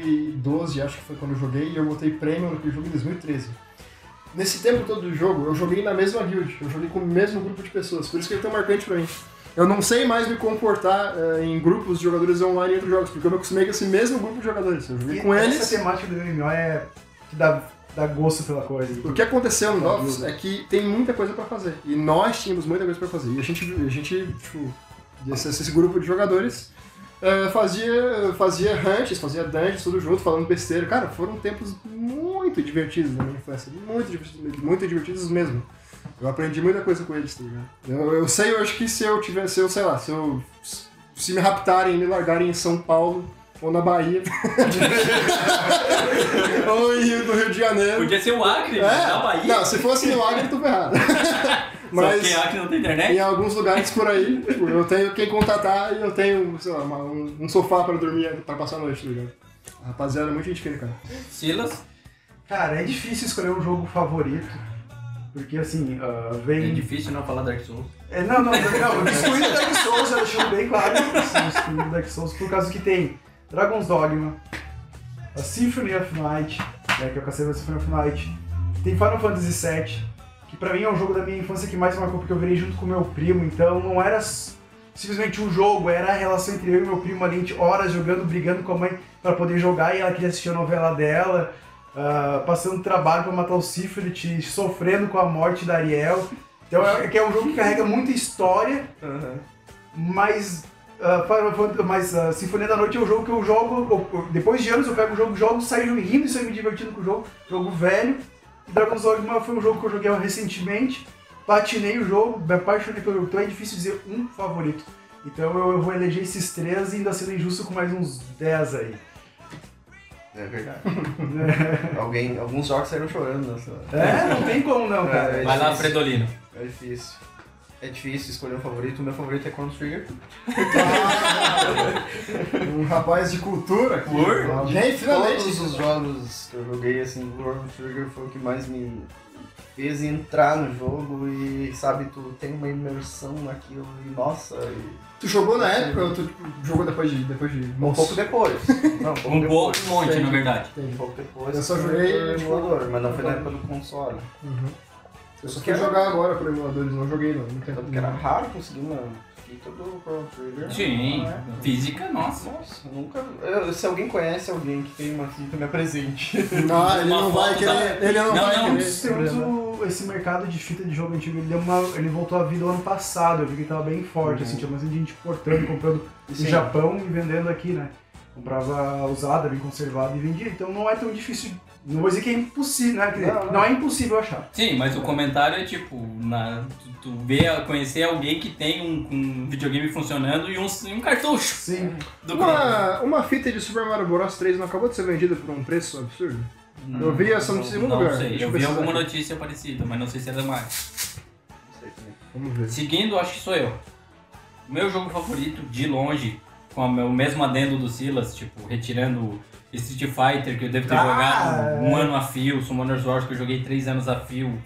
[SPEAKER 3] 2012, acho que foi quando eu joguei, e eu botei prêmio naquele jogo em 2013. Nesse tempo todo do jogo, eu joguei na mesma guild, eu joguei com o mesmo grupo de pessoas, por isso que ele é tão marcante pra mim. Eu não sei mais me comportar eh, em grupos de jogadores online entre jogos, porque eu me acostumei com esse mesmo grupo de jogadores. Eu joguei
[SPEAKER 2] E
[SPEAKER 3] com eles.
[SPEAKER 2] Essa temática do MMO é que dá, dá gosto pela coisa.
[SPEAKER 3] O que aconteceu no
[SPEAKER 2] Tá,
[SPEAKER 3] Dofus
[SPEAKER 2] viu?
[SPEAKER 3] é que tem muita coisa pra fazer. E nós tínhamos muita coisa pra fazer. E a gente, a gente tipo, esse, esse grupo de jogadores eh, fazia, fazia hunts, fazia dungeons, tudo junto, falando besteira. Cara, foram tempos muito divertidos na minha infância. Muito divertidos, muito divertidos mesmo. Eu aprendi muita coisa com eles, tá ligado? Eu, eu sei hoje que se eu tivesse, se eu, sei lá, se eu. Se me raptarem e me largarem em São Paulo ou na Bahia. ou em Rio, no Rio de Janeiro.
[SPEAKER 4] Podia ser o Acre,
[SPEAKER 3] É.
[SPEAKER 4] na Bahia.
[SPEAKER 3] Não, se fosse no Acre, tu ferrado.
[SPEAKER 4] Mas...
[SPEAKER 3] Mas-
[SPEAKER 4] Só quem acha que é não tem internet?
[SPEAKER 3] Em alguns lugares por aí, tipo, eu tenho quem contratar e eu tenho, sei lá, uma- um, um sofá pra dormir, pra passar a noite, tá ligado? Rapaziada, é muito gente fina, cara.
[SPEAKER 4] Silas?
[SPEAKER 2] Cara, é difícil escolher um jogo favorito. Porque assim, ah,
[SPEAKER 4] É
[SPEAKER 2] vem.
[SPEAKER 4] difícil não falar Dark Souls.
[SPEAKER 2] É, não, não, não, não, eu excluí o Dark Souls, já deixando bem claro. Eu excluí o Dark Souls por causa que tem Dragon's Dogma, a Symphony of Night, né, que eu cacei a Symphony of Night, tem Final Fantasy VII, que pra mim é um jogo da minha infância que mais marcou porque eu virei junto com meu primo, então não era s- simplesmente um jogo, era a relação entre eu e meu primo ali, a gente horas jogando, brigando com a mãe pra poder jogar e ela queria assistir a novela dela. ah, passando trabalho pra matar o Sífilis, sofrendo com a morte da Ariel. Então é, que é um jogo que carrega muita história, mas, ah, Final Fantasy- mas ah, Sinfonia da Noite é um jogo que eu jogo, eu- eu- depois de anos eu pego o jogo, jogo, saio rindo e saio me divertindo com o jogo, jogo velho. E Dragon's Dogma foi um jogo que eu joguei recentemente, patinei o jogo, me apaixonei pelo jogo, então é difícil dizer um favorito. Então eu, eu vou eleger esses três e ainda sendo injusto com mais uns 10 aí.
[SPEAKER 1] É verdade. Alguém, alguns jogos saíram chorando nessa.
[SPEAKER 2] É, não tem como não, cara.
[SPEAKER 1] É
[SPEAKER 4] Vai lá,
[SPEAKER 1] difícil.
[SPEAKER 4] Fredolino.
[SPEAKER 1] É difícil. É difícil escolher um favorito. O meu favorito é Chrono Trigger.
[SPEAKER 3] Um rapaz de cultura aqui.
[SPEAKER 4] Por?
[SPEAKER 3] Alguém, finalmente.
[SPEAKER 1] Todos os jogos que eu joguei, assim, o Chrono Trigger foi o que mais me fez entrar no jogo e, sabe, tu tem uma imersão naquilo e, nossa, e...
[SPEAKER 3] Tu jogou na época ou tu tipo, jogou depois de. Depois de...
[SPEAKER 1] um pouco depois. Não, pouco
[SPEAKER 4] Um pouco,
[SPEAKER 1] depois.
[SPEAKER 4] um monte,
[SPEAKER 3] Entendi.
[SPEAKER 4] na verdade.
[SPEAKER 1] Um pouco depois.
[SPEAKER 3] Eu só
[SPEAKER 1] foi
[SPEAKER 3] joguei,
[SPEAKER 1] pro
[SPEAKER 3] tipo,
[SPEAKER 1] emulador, mas não foi na época do console.
[SPEAKER 3] Uhum. Eu só fui
[SPEAKER 4] é
[SPEAKER 1] Quero-
[SPEAKER 3] jogar agora por emuladores, não joguei não. Não tem
[SPEAKER 1] Tanto que era raro conseguir uma fita do Chrono Trigger.
[SPEAKER 4] Sim,
[SPEAKER 1] Não é?
[SPEAKER 4] física, nossa.
[SPEAKER 1] Nossa, eu nunca. eu- se alguém conhece alguém que tem uma fita, me apresente.
[SPEAKER 3] Não, ele
[SPEAKER 4] Uma
[SPEAKER 3] não vai
[SPEAKER 4] foto
[SPEAKER 3] querer. Ele não,
[SPEAKER 4] Não,
[SPEAKER 3] vai
[SPEAKER 4] não, um
[SPEAKER 2] Nós temos
[SPEAKER 3] querer.
[SPEAKER 2] o- esse mercado de fita de jogo antigo, ele, deu uma, ele voltou à vida o ano passado, eu vi que ele tava bem forte, assim, tinha bastante gente importando, comprando no Japão e vendendo aqui, né? Comprava usada, bem conservada e vendia, então não é tão difícil, não vou dizer que é impossível, né? Quer dizer,
[SPEAKER 1] Não, não.
[SPEAKER 2] Não é impossível achar.
[SPEAKER 4] Sim, mas o comentário é tipo, na, tu, tu vê, conhecer alguém que tem um, um videogame funcionando e um, e um cartucho
[SPEAKER 2] Sim.
[SPEAKER 4] do Chrono.
[SPEAKER 3] Uma, uma fita de Super Mario Bros 3 não acabou de ser vendida por um preço absurdo? eu vi essa notícia em algum
[SPEAKER 4] Não
[SPEAKER 3] lugar. Tipo assim, né?
[SPEAKER 4] sei,
[SPEAKER 3] Deixa
[SPEAKER 4] eu vi
[SPEAKER 3] pesquisar
[SPEAKER 4] alguma
[SPEAKER 3] aqui.
[SPEAKER 4] notícia parecida, mas não sei se era mais.
[SPEAKER 3] Vamos ver.
[SPEAKER 4] Seguindo, acho que sou eu. O meu jogo favorito, de longe, com a- o mesmo adendo do Silas, tipo, retirando Street Fighter, que eu devo ter
[SPEAKER 2] Ah,
[SPEAKER 4] jogado um
[SPEAKER 2] é.
[SPEAKER 4] ano a fio, Summoner's Wars, que eu joguei três anos a fio,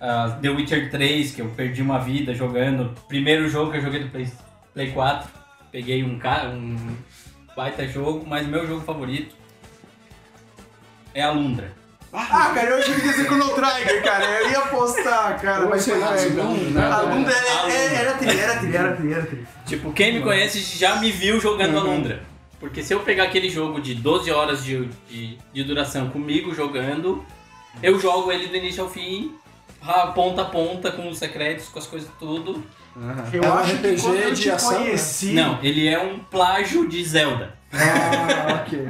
[SPEAKER 4] ah, The Witcher 3, que eu perdi uma vida jogando, primeiro jogo que eu joguei do Play, Play 4, peguei um, ca- um baita jogo, mas meu jogo favorito é a Lundra.
[SPEAKER 2] Ah, cara, eu tive que dizer Chrono Trigger, cara, eu ia apostar, cara, mas foi assim.
[SPEAKER 3] Nada,
[SPEAKER 2] leve. A
[SPEAKER 3] nada.
[SPEAKER 2] bunda era, é, era, era tri, era tri, era tri, era tri.
[SPEAKER 4] Tipo, quem me conhece já me viu jogando a Lundra. Porque se eu pegar aquele jogo de 12 horas de, de, de duração comigo jogando, eu jogo ele do início ao fim, ra- ponta a ponta, com os secretos, com as coisas tudo.
[SPEAKER 2] Eu
[SPEAKER 3] É um
[SPEAKER 2] acho que
[SPEAKER 3] RPG
[SPEAKER 2] quando eu
[SPEAKER 3] de
[SPEAKER 2] te
[SPEAKER 3] ação, né?
[SPEAKER 2] conheci...
[SPEAKER 4] Não, ele é um plágio de Zelda.
[SPEAKER 3] Ah, ok.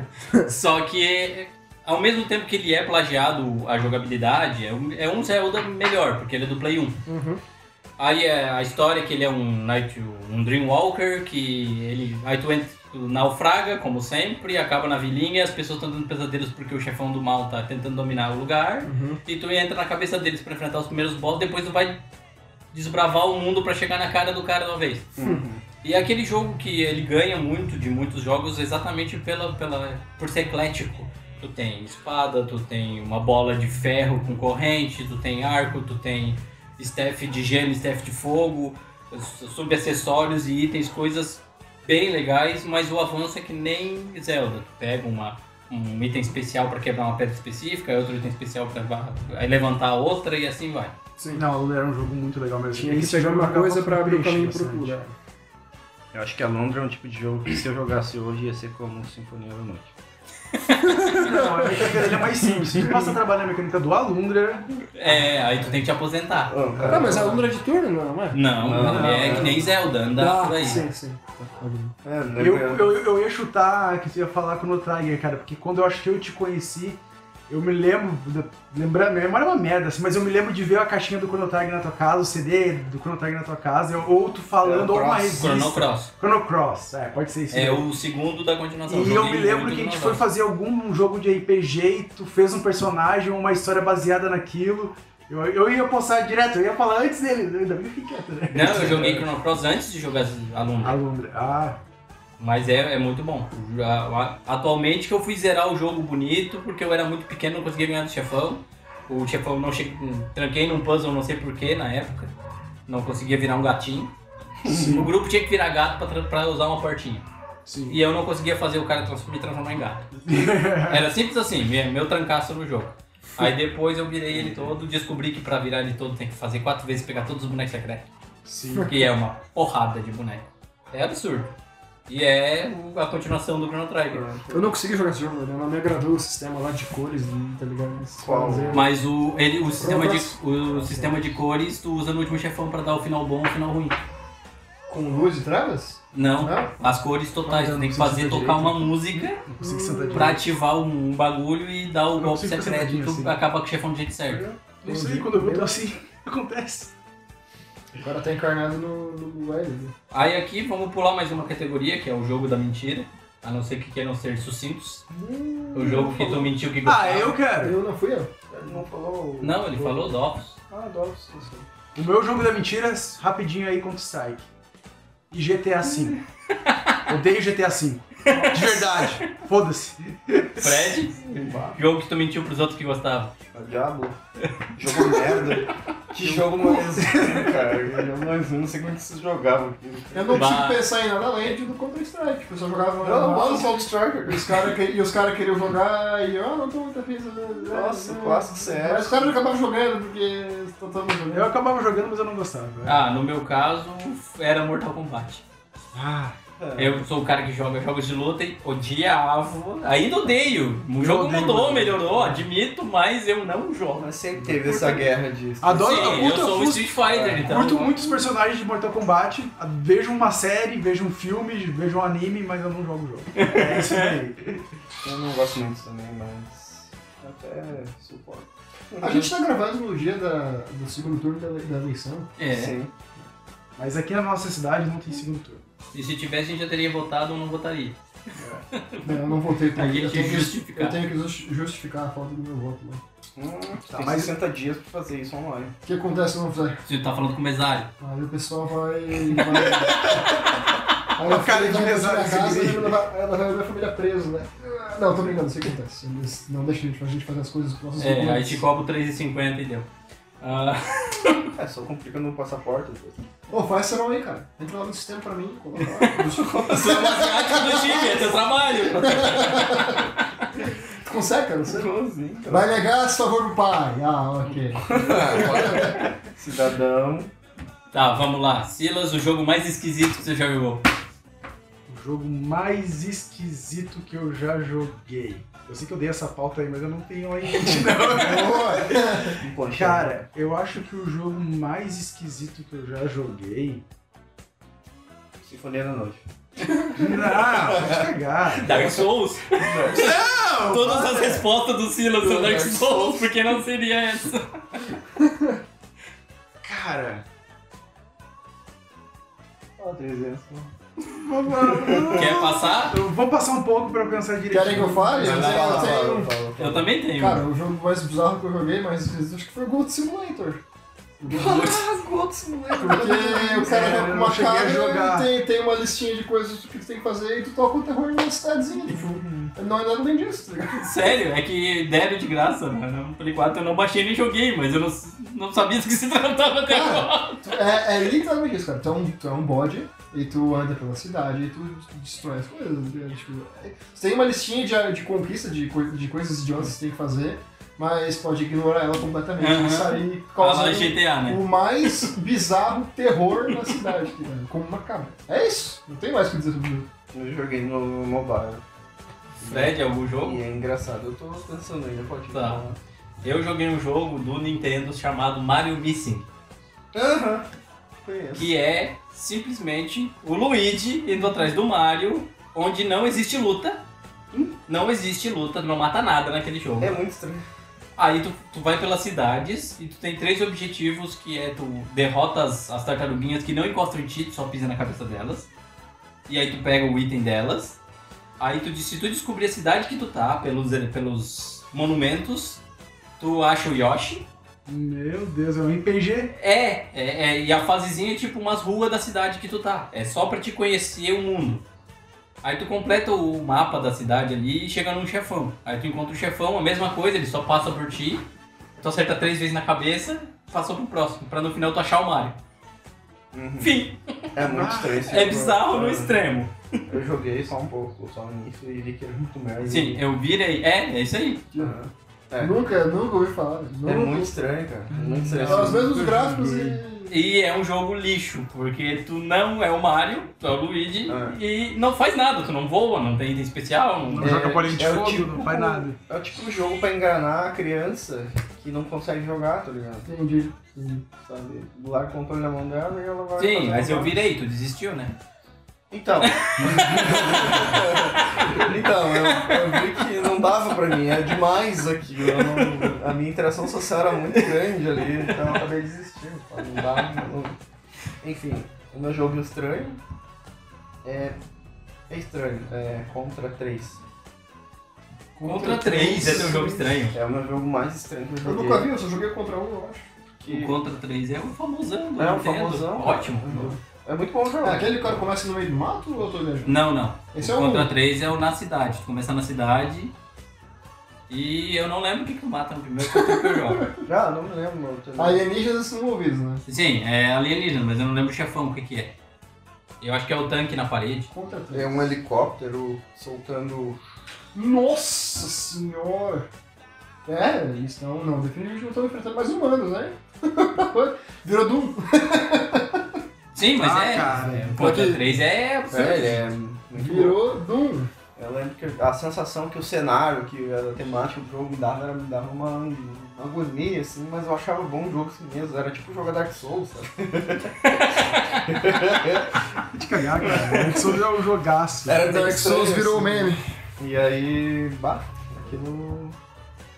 [SPEAKER 4] Só que é- ao mesmo tempo que ele é plagiado a jogabilidade, é um, é um Zelda melhor, porque ele é do Play 1.
[SPEAKER 3] Uhum.
[SPEAKER 4] Aí é a história que ele é um night, um Dreamwalker, que ele aí tu, entra, tu naufraga, como sempre, acaba na vilinha, as pessoas estão tendo pesadelos porque o chefão do mal tá tentando dominar o lugar,
[SPEAKER 3] Uhum.
[SPEAKER 4] e tu entra na cabeça deles pra enfrentar os primeiros boss, depois tu vai desbravar o mundo pra chegar na cara do cara de uma vez. E é aquele jogo que ele ganha muito de muitos jogos exatamente pela, pela, por ser eclético. Tu tem espada, tu tem uma bola de ferro com corrente, tu tem arco, tu tem staff de gelo, staff de fogo, subacessórios e itens, coisas bem legais, mas o avanço é que nem Zelda. Tu pega uma, um item especial pra quebrar uma pedra específica, outro item especial para levantar outra e assim vai.
[SPEAKER 2] Não, Lula era um jogo muito legal mesmo.
[SPEAKER 3] Tinha que
[SPEAKER 2] Esse
[SPEAKER 3] pegar
[SPEAKER 2] jogo
[SPEAKER 3] uma
[SPEAKER 2] marcava
[SPEAKER 3] coisa pra abrir o
[SPEAKER 2] peixe
[SPEAKER 3] caminho pro
[SPEAKER 2] bastante.
[SPEAKER 3] lugar.
[SPEAKER 1] Eu acho que a Londra é um tipo de jogo que se eu jogasse hoje ia ser como Sinfonia da Noite.
[SPEAKER 2] Não, a mecânica dele é mais simples. Se tu passa a trabalhar na mecânica do Alundra,
[SPEAKER 4] É, aí tu tem que te aposentar.
[SPEAKER 3] Ah, mas é a Lundra de turno, não é?
[SPEAKER 4] Não,
[SPEAKER 1] Não,
[SPEAKER 4] ele é
[SPEAKER 1] não.
[SPEAKER 4] que nem Zelda, anda por aí.
[SPEAKER 3] sim, sim. Tá, tá bom.
[SPEAKER 1] É,
[SPEAKER 2] eu, eu, eu ia chutar que tu ia falar com o Trigger, cara, porque quando eu acho que eu te conheci, eu me lembro, de- lembrando, minha memória é uma merda, assim, mas eu me lembro de ver a caixinha do Chrono Trigger na tua casa, o CD do Chrono Trigger na tua casa, eu- ou tu falando,
[SPEAKER 1] É, o
[SPEAKER 2] ou uma
[SPEAKER 1] Cross.
[SPEAKER 2] revista.
[SPEAKER 4] Chrono Cross.
[SPEAKER 2] Chrono Cross, é, pode ser isso.
[SPEAKER 4] É
[SPEAKER 2] mesmo.
[SPEAKER 4] o segundo da continuação.
[SPEAKER 2] E eu
[SPEAKER 4] Joguei
[SPEAKER 2] me lembro
[SPEAKER 4] muito
[SPEAKER 2] que a gente
[SPEAKER 4] no
[SPEAKER 2] foi
[SPEAKER 4] negócio.
[SPEAKER 2] fazer algum jogo de RPG e tu fez um personagem, uma história baseada naquilo. Eu, eu ia postar direto, eu ia falar antes dele, ainda bem que eu fiquei quieto, né?
[SPEAKER 4] Não, eu joguei Chrono Cross antes de jogar Alumbra.
[SPEAKER 2] Alumbra. Ah,
[SPEAKER 4] Mas é, é muito bom. Já- a- Atualmente que eu fui zerar o jogo bonito, porque eu era muito pequeno, não conseguia ganhar do chefão. O chefão não che... tranquei num puzzle, não sei porquê, na época. Não conseguia virar um gatinho. O grupo tinha que virar gato pra, tra- pra usar uma portinha.
[SPEAKER 2] sim.
[SPEAKER 4] E eu não conseguia fazer o cara trans- me transformar em gato. Era simples assim, me- meu trancaço no jogo. Aí depois eu virei ele todo, descobri que pra virar ele todo tem que fazer quatro vezes pegar todos os bonecos secretos.
[SPEAKER 2] Sim.
[SPEAKER 4] Que é uma porrada de boneco. É absurdo. E é o- a continuação do Chrono Trigger.
[SPEAKER 6] Eu não consegui jogar esse jogo, né? não me agradou o sistema lá de cores, né? tá ligado? Esses
[SPEAKER 1] Qual?
[SPEAKER 3] É.
[SPEAKER 6] caras aí.
[SPEAKER 4] Mas o, ele, o, sistema de,
[SPEAKER 6] Progress.
[SPEAKER 4] o sistema de cores tu usa no último chefão pra dar o final bom e o final ruim.
[SPEAKER 3] Com luz e travas?
[SPEAKER 4] Não,
[SPEAKER 3] Não?
[SPEAKER 4] as cores totais.
[SPEAKER 6] Ah,
[SPEAKER 4] Tu
[SPEAKER 6] não
[SPEAKER 4] tem que
[SPEAKER 6] precisa
[SPEAKER 4] fazer
[SPEAKER 6] ter
[SPEAKER 4] tocar
[SPEAKER 6] direito.
[SPEAKER 4] uma música
[SPEAKER 2] Não consegui sentar
[SPEAKER 4] pra
[SPEAKER 2] direito.
[SPEAKER 4] ativar um, um bagulho e dar o
[SPEAKER 2] Eu
[SPEAKER 4] golpe
[SPEAKER 2] consigo
[SPEAKER 4] secreto e tu
[SPEAKER 2] assim.
[SPEAKER 4] acaba com o chefão do jeito certo.
[SPEAKER 2] Não sei, É quando eu vou tô assim, acontece.
[SPEAKER 3] O cara tá encarnado no, no L. Né?
[SPEAKER 4] Aí aqui vamos pular mais uma categoria, que é o jogo da mentira. A não ser que queiram ser sucintos. o jogo que tu mentiu que gostava.
[SPEAKER 2] Ah, eu quero.
[SPEAKER 3] Eu não fui eu.
[SPEAKER 1] né, Não falou.
[SPEAKER 4] Não, ele falou Dofus.
[SPEAKER 1] Ah, Dolphins, não sei.
[SPEAKER 2] O meu jogo da mentira, rapidinho aí, Counter-Strike. E GTA V. Odeio GTA V. De verdade. Foda-se.
[SPEAKER 4] Fred, jogo que tu mentiu pros outros que gostavam.
[SPEAKER 1] É o Diablo. Jogo merda. Que jogo mais ruim, cara. Que jogo mais ruim. Não sei como é que vocês jogavam aquilo.
[SPEAKER 3] Eu não
[SPEAKER 4] Bah.
[SPEAKER 3] tinha que pensar em nada além de do Counter-Strike. Tipo, eu só jogava
[SPEAKER 1] não,
[SPEAKER 3] lá no
[SPEAKER 1] mas-
[SPEAKER 3] Counter-Strike. E os caras queriam jogar e, ah, não tô muito afim. né?
[SPEAKER 1] Nossa,
[SPEAKER 3] É,
[SPEAKER 1] clássico CS.
[SPEAKER 3] Mas os caras acabavam jogando porque estão todo mundo
[SPEAKER 2] Eu
[SPEAKER 3] jogando.
[SPEAKER 2] acabava jogando, mas eu não gostava.
[SPEAKER 4] Ah, no meu caso, era Mortal Kombat.
[SPEAKER 2] Ah,
[SPEAKER 4] Eu sou o cara que joga jogos de luta e odiava. Ainda odeio. O jogo
[SPEAKER 2] odeio,
[SPEAKER 4] mudou,
[SPEAKER 2] mano.
[SPEAKER 4] melhorou, admito, mas eu não jogo.
[SPEAKER 1] Mas sempre teve essa guerra de.
[SPEAKER 2] Adoro,
[SPEAKER 4] Sim,
[SPEAKER 2] eu
[SPEAKER 4] eu
[SPEAKER 2] curto,
[SPEAKER 4] sou o
[SPEAKER 2] curto- é,
[SPEAKER 4] Street Fighter, então.
[SPEAKER 2] curto muito os personagens de Mortal Kombat. Vejo uma série, vejo um filme, vejo um anime, mas eu não jogo o jogo. É isso aí.
[SPEAKER 1] Eu não gosto muito também, mas. Até suporto.
[SPEAKER 3] A gente tá gravando no dia da, do segundo turno da, da eleição.
[SPEAKER 4] É.
[SPEAKER 1] Sim.
[SPEAKER 2] Mas aqui na nossa cidade não tem segundo turno.
[SPEAKER 4] E se tivesse, a gente já teria votado ou não votaria.
[SPEAKER 3] Não, eu não votei por
[SPEAKER 4] A gente
[SPEAKER 3] eu
[SPEAKER 4] tinha
[SPEAKER 3] tenho
[SPEAKER 4] que
[SPEAKER 3] que justi-
[SPEAKER 4] justificar.
[SPEAKER 3] Eu tenho que justi- justificar a falta do meu voto. Né?
[SPEAKER 1] Hum,
[SPEAKER 2] Tá,
[SPEAKER 1] tem
[SPEAKER 2] mas-
[SPEAKER 1] 60 dias pra fazer isso online.
[SPEAKER 3] O que acontece se eu não fizer?
[SPEAKER 4] Você tá falando com o mesário.
[SPEAKER 3] Aí o pessoal vai. vai... Aí
[SPEAKER 2] O cara
[SPEAKER 3] filho
[SPEAKER 2] de
[SPEAKER 3] vai pra
[SPEAKER 2] mesário
[SPEAKER 3] minha casa
[SPEAKER 2] seguir.
[SPEAKER 3] e ela vai ela vai ver a família presa, né? Não, tô brincando, não sei o que acontece. Eles não deixam a gente- a gente fazer as coisas com nossos
[SPEAKER 4] É, aí
[SPEAKER 3] documentos.
[SPEAKER 4] te cobra o 3,50 e deu. Ah,
[SPEAKER 1] É, só complica no passaporte depois.
[SPEAKER 3] Ô, faz essa não aí, cara. Entra lá no sistema pra mim, coloca lá.
[SPEAKER 4] você é o asiático do time, é teu trabalho.
[SPEAKER 3] Tu consegue, cara?
[SPEAKER 4] é
[SPEAKER 3] Você...
[SPEAKER 1] Igualzinho, então.
[SPEAKER 3] Vai negar esse favor pro pai. Ah, ok.
[SPEAKER 1] Cidadão.
[SPEAKER 4] Tá, vamos lá. Silas, o jogo mais esquisito que você já jogou.
[SPEAKER 2] O jogo mais esquisito que eu já joguei. Eu sei que eu dei essa pauta aí, mas eu não tenho lá em mente, não.
[SPEAKER 3] Boa.
[SPEAKER 1] não conta.
[SPEAKER 2] Cara, eu acho que o jogo mais esquisito que eu já joguei.
[SPEAKER 1] Sinfonia da Noite.
[SPEAKER 2] Não, Ah, pode cagar.
[SPEAKER 4] Dark Souls? Não! Todas as respostas do Silas são Dark Souls, porque não seria essa.
[SPEAKER 2] Cara,
[SPEAKER 1] Ó, 300.
[SPEAKER 2] vamos lá.
[SPEAKER 4] Quer passar?
[SPEAKER 2] Eu vou passar um pouco pra eu pensar direito.
[SPEAKER 3] Querem que eu fale?
[SPEAKER 4] Vai lá,
[SPEAKER 3] Eu
[SPEAKER 1] Fala,
[SPEAKER 3] tenho-
[SPEAKER 1] fala, fala,
[SPEAKER 4] Eu
[SPEAKER 1] fala.
[SPEAKER 4] também tenho.
[SPEAKER 3] Cara, o jogo mais bizarro que eu joguei, mas acho que foi o Gold Simulator.
[SPEAKER 1] né?
[SPEAKER 3] Porque o cara joga com
[SPEAKER 2] É, eu não
[SPEAKER 3] uma
[SPEAKER 2] cheguei a
[SPEAKER 3] cara
[SPEAKER 2] jogar.
[SPEAKER 3] e tem, tem uma listinha de coisas que tu tem que fazer e tu toca o terror numa cidadezinha. Tipo,
[SPEAKER 2] Uhum.
[SPEAKER 3] não é nada além disso, tá ligado?
[SPEAKER 4] Sério, é que deram de graça, mano. No Play 4 eu não baixei nem joguei, mas eu não, não sabia do que se tratava até
[SPEAKER 3] Cara,
[SPEAKER 4] agora.
[SPEAKER 3] Tu- É, é literalmente isso, cara. Tu é, um, tu é um bode e tu anda pela cidade e tu destrói as coisas. tá ligado? Tipo, é- tu tem uma listinha de, de conquista de, coi- de coisas idiotas que tu tem que fazer, mas pode ignorar ela completamente
[SPEAKER 2] Uhum.
[SPEAKER 4] Aham.
[SPEAKER 3] e sair
[SPEAKER 4] Fala
[SPEAKER 3] causando
[SPEAKER 4] GTA, né?
[SPEAKER 3] o mais bizarro terror na cidade, tá ligado? como uma cabra. É isso, não tem mais o que dizer sobre o jogo.
[SPEAKER 1] Eu joguei no mobile.
[SPEAKER 4] Fred, algum jogo?
[SPEAKER 1] E é engraçado, eu tô pensando ainda, pode
[SPEAKER 4] Tá. Eu joguei um jogo do Nintendo chamado Mario Missing,
[SPEAKER 1] Aham. Conheço.
[SPEAKER 4] que é simplesmente o Luigi indo atrás do Mario, onde não existe luta. Não existe luta, não mata nada naquele jogo.
[SPEAKER 1] É muito estranho.
[SPEAKER 4] Aí tu, tu vai pelas cidades e tu tem três objetivos que é tu derrota as, as tartaruguinhas que não encostam em ti, tu só pisa na cabeça delas. E aí tu pega o item delas. Aí tu, se tu descobrir a cidade que tu tá pelos, pelos monumentos, tu acha o Yoshi.
[SPEAKER 2] Meu Deus, é um RPG?
[SPEAKER 4] É, é, é, e a fasezinha é tipo umas ruas da cidade que tu tá. É só pra te conhecer o mundo. Aí tu completa o mapa da cidade ali e chega num chefão. Aí tu encontra o chefão, a mesma coisa, ele só passa por ti, tu acerta três vezes na cabeça, passou pro próximo, pra no final tu achar o Mario.
[SPEAKER 1] Uhum.
[SPEAKER 4] Fim,
[SPEAKER 1] É muito estranho esse
[SPEAKER 4] é
[SPEAKER 1] jogo.
[SPEAKER 4] bizarro no extremo.
[SPEAKER 1] Eu joguei só um pouco, só nisso, e vi que era muito merda.
[SPEAKER 4] Sim, eu virei, é, é isso aí.
[SPEAKER 1] Aham. É.
[SPEAKER 3] Nunca, nunca ouvi falar. Nunca. É
[SPEAKER 1] É muito estranho, cara. Muito estranho.
[SPEAKER 3] Os mesmos gráficos e.
[SPEAKER 4] E é um jogo lixo, porque tu não é o Mario, tu é o Luigi,
[SPEAKER 1] É.
[SPEAKER 4] e não faz nada, tu não voa, não tem item especial, não
[SPEAKER 2] Não joga bolinha de
[SPEAKER 1] é o
[SPEAKER 2] fogo,
[SPEAKER 1] tipo-
[SPEAKER 2] não faz nada.
[SPEAKER 1] É o tipo de jogo pra enganar a criança que não consegue jogar, tá ligado?
[SPEAKER 3] Entendi.
[SPEAKER 1] Sabe? Larga o controle na mão dela e ela vai.
[SPEAKER 4] Sim,
[SPEAKER 1] fazer
[SPEAKER 4] mas eu
[SPEAKER 1] uma-
[SPEAKER 4] virei, tu desistiu, né?
[SPEAKER 1] Então. então, eu, eu vi que não dava pra mim, é demais aquilo. eu não- a minha interação social era muito grande ali, então eu acabei desistindo. pá, Não dá, não- Enfim, o meu jogo estranho é. É estranho, é Contra 3.
[SPEAKER 4] Contra 3 é teu jogo estranho.
[SPEAKER 1] É o meu jogo mais estranho que eu
[SPEAKER 3] Eu
[SPEAKER 1] joguei.
[SPEAKER 3] nunca vi, eu só joguei contra um, eu acho.
[SPEAKER 1] que-
[SPEAKER 4] O Contra 3 é um famosão do
[SPEAKER 1] É um
[SPEAKER 4] Nintendo.
[SPEAKER 1] famosão.
[SPEAKER 4] Ótimo.
[SPEAKER 1] É muito bom jogar.
[SPEAKER 3] É aquele cara começa no meio do mato ou eu tô viajando?
[SPEAKER 4] Não, não.
[SPEAKER 3] Esse
[SPEAKER 4] o
[SPEAKER 3] é um-
[SPEAKER 4] Contra 3 é o na cidade. Tu começa na cidade e eu não lembro o que que tu mata no primeiro Contra que eu jogo.
[SPEAKER 1] Ah, não me lembro, mano. também.
[SPEAKER 3] Alienígenas são envolvidos, né?
[SPEAKER 4] Sim, é alienígena, mas eu não lembro o chefão, o que que é. Eu acho que é o tanque na parede.
[SPEAKER 3] Contra três.
[SPEAKER 1] É um helicóptero soltando.
[SPEAKER 3] Nossa senhora! É, eles estão. Não, definitivamente não estão enfrentando mais humanos, né? Virou Doom.
[SPEAKER 4] Sim, mas
[SPEAKER 2] Ah,
[SPEAKER 4] é.
[SPEAKER 2] cara.
[SPEAKER 4] é, o Contra
[SPEAKER 3] Porque-
[SPEAKER 4] 3 é absurdo.
[SPEAKER 1] É, ele é muito bom.
[SPEAKER 3] Virou Doom.
[SPEAKER 1] Eu lembro que a sensação que o cenário, que a temática do jogo me dava, era, me dava uma, um, uma agonia, assim, mas eu achava bom o jogo assim mesmo. Era tipo jogar Dark Souls, sabe?
[SPEAKER 2] Vai te cagar, cara. Dark Souls é um jogaço.
[SPEAKER 1] Era
[SPEAKER 3] Dark Souls virou um
[SPEAKER 1] assim.
[SPEAKER 3] meme.
[SPEAKER 1] E aí, bah, aquilo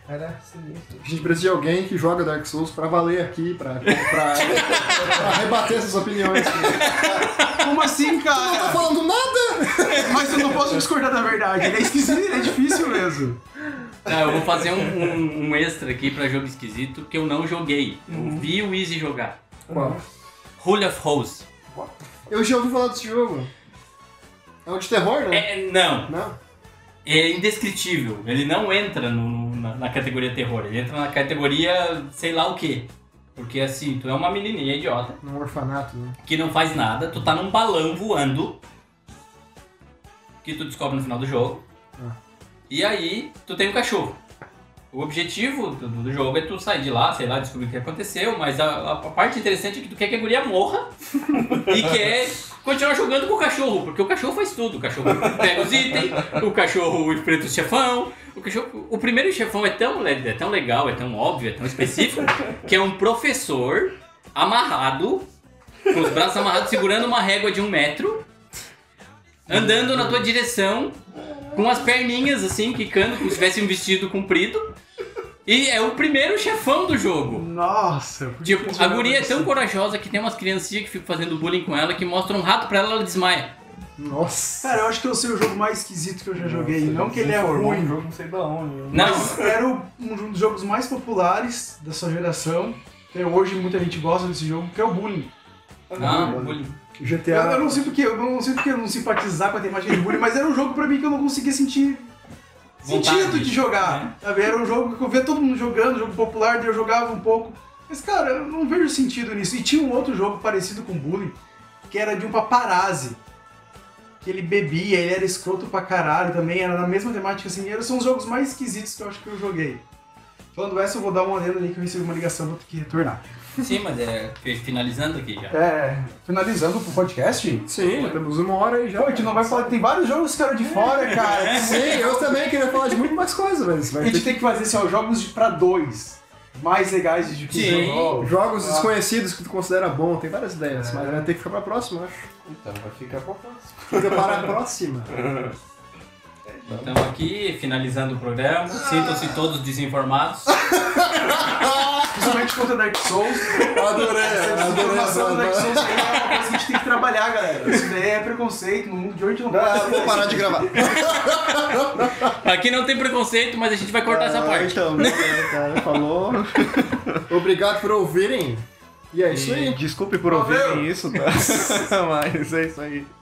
[SPEAKER 1] era sinistro.
[SPEAKER 3] A gente precisa de alguém que joga Dark Souls pra valer aqui, pra, pra, pra- pra rebater essas opiniões.
[SPEAKER 2] Como assim,
[SPEAKER 3] Não tá
[SPEAKER 2] cara?
[SPEAKER 3] falando nada!
[SPEAKER 2] Mas eu não posso discordar da verdade. Ele é esquisito, ele é difícil mesmo.
[SPEAKER 4] Não, eu vou fazer um, um- um extra aqui pra jogo esquisito que eu não joguei. Eu vi o Easy jogar. Rule of Rose.
[SPEAKER 3] Eu já ouvi falar desse jogo. É um de terror, né?
[SPEAKER 4] É, não.
[SPEAKER 3] Não?
[SPEAKER 4] é indescritível. Ele não entra no- no- na, na categoria terror, ele entra na categoria sei lá o quê. Porque assim, tu é uma menininha idiota
[SPEAKER 3] Num orfanato, né?
[SPEAKER 4] que não faz nada, tu tá num balão voando que tu descobre no final do jogo.
[SPEAKER 3] Ah.
[SPEAKER 4] E aí, tu tem um cachorro. O objetivo do, do jogo é tu sair de lá, sei lá, descobrir o que aconteceu, mas a, a- a parte interessante é que tu quer que a guria morra e quer continuar jogando com o cachorro, porque o cachorro faz tudo. O cachorro pega os itens, o cachorro enfrenta o chefão. O, cachorro, o primeiro chefão é tão, le- é tão legal, é tão óbvio, é tão específico, que é um professor amarrado com os braços amarrados, segurando uma régua de um metro, andando na tua direção, com as perninhas assim, quicando, como se tivesse um vestido comprido. E é o primeiro chefão do jogo.
[SPEAKER 2] Nossa. por que
[SPEAKER 4] Tipo,
[SPEAKER 2] que
[SPEAKER 4] a
[SPEAKER 2] eu
[SPEAKER 4] guria é
[SPEAKER 2] jogo
[SPEAKER 4] tão corajosa que tem umas criancinhas que ficam fazendo bullying com ela, que mostram um rato pra ela, ela desmaia.
[SPEAKER 2] assim?
[SPEAKER 3] Nossa!
[SPEAKER 2] Cara, eu acho que eu sei o jogo mais esquisito que eu já joguei.
[SPEAKER 1] Nossa,
[SPEAKER 2] Não que ele é
[SPEAKER 1] desinformou
[SPEAKER 2] ruim,
[SPEAKER 1] um jogo, não sei da onde. eu-
[SPEAKER 4] Não,
[SPEAKER 2] Era o- um dos jogos mais populares da sua geração. Até hoje muita gente gosta desse jogo, que é o bullying.
[SPEAKER 4] não, bullying.
[SPEAKER 2] Eu,
[SPEAKER 6] GTA.
[SPEAKER 2] eu não sei porque, eu não sei porque eu não simpatizar com a temática de bullying, mas era um jogo pra mim que eu não conseguia sentir
[SPEAKER 4] Vontade.
[SPEAKER 2] sentido de jogar. sabe? Era um jogo que eu via todo mundo jogando, jogo popular, daí eu jogava um pouco. Mas cara, eu não vejo sentido nisso. E tinha um outro jogo parecido com bullying, que era de um paparazzi. Que ele bebia, ele era escroto pra caralho também, era na mesma temática assim. Eram, são os jogos mais esquisitos que eu acho que eu joguei. Falando essa, eu vou dar uma olhada ali que eu recebi uma ligação, vou ter que retornar.
[SPEAKER 4] Sim, mas é finalizando aqui já.
[SPEAKER 2] É, finalizando o podcast?
[SPEAKER 3] Sim, já temos uma hora e já.
[SPEAKER 2] Pô, a gente não vai falar, tem vários jogos que ficaram de fora, cara.
[SPEAKER 3] Sim, eu também queria falar de muito mais coisas, mas
[SPEAKER 2] A
[SPEAKER 3] vai ter
[SPEAKER 2] gente tem que fazer assim, ó, jogos de, pra dois. Mais legais de tipo,
[SPEAKER 4] Sim.
[SPEAKER 2] jogo.
[SPEAKER 3] Jogos desconhecidos que tu considera bom, tem várias ideias, mas vai ter que ficar pra próxima, eu acho.
[SPEAKER 1] Então vai ficar pra próxima.
[SPEAKER 3] Fica para a próxima.
[SPEAKER 4] Então aqui, finalizando o programa. Sintam-se todos desinformados.
[SPEAKER 2] Principalmente contra Dark Souls.
[SPEAKER 3] Adorei, adorei.
[SPEAKER 2] Essa
[SPEAKER 3] essa
[SPEAKER 2] desinformação do Dark
[SPEAKER 3] frase.
[SPEAKER 2] Souls aí é uma coisa que a gente tem que trabalhar, galera. Isso daí é preconceito, no mundo de hoje a gente não
[SPEAKER 3] Ah,
[SPEAKER 2] pode
[SPEAKER 3] vou parar de gravar.
[SPEAKER 4] Aqui não tem preconceito, mas a gente vai cortar
[SPEAKER 2] Ah,
[SPEAKER 4] essa parte.
[SPEAKER 1] Então, o cara falou.
[SPEAKER 3] Obrigado por ouvirem. E é isso aí.
[SPEAKER 1] E desculpe por ouvirem isso, tá? Mas é isso aí.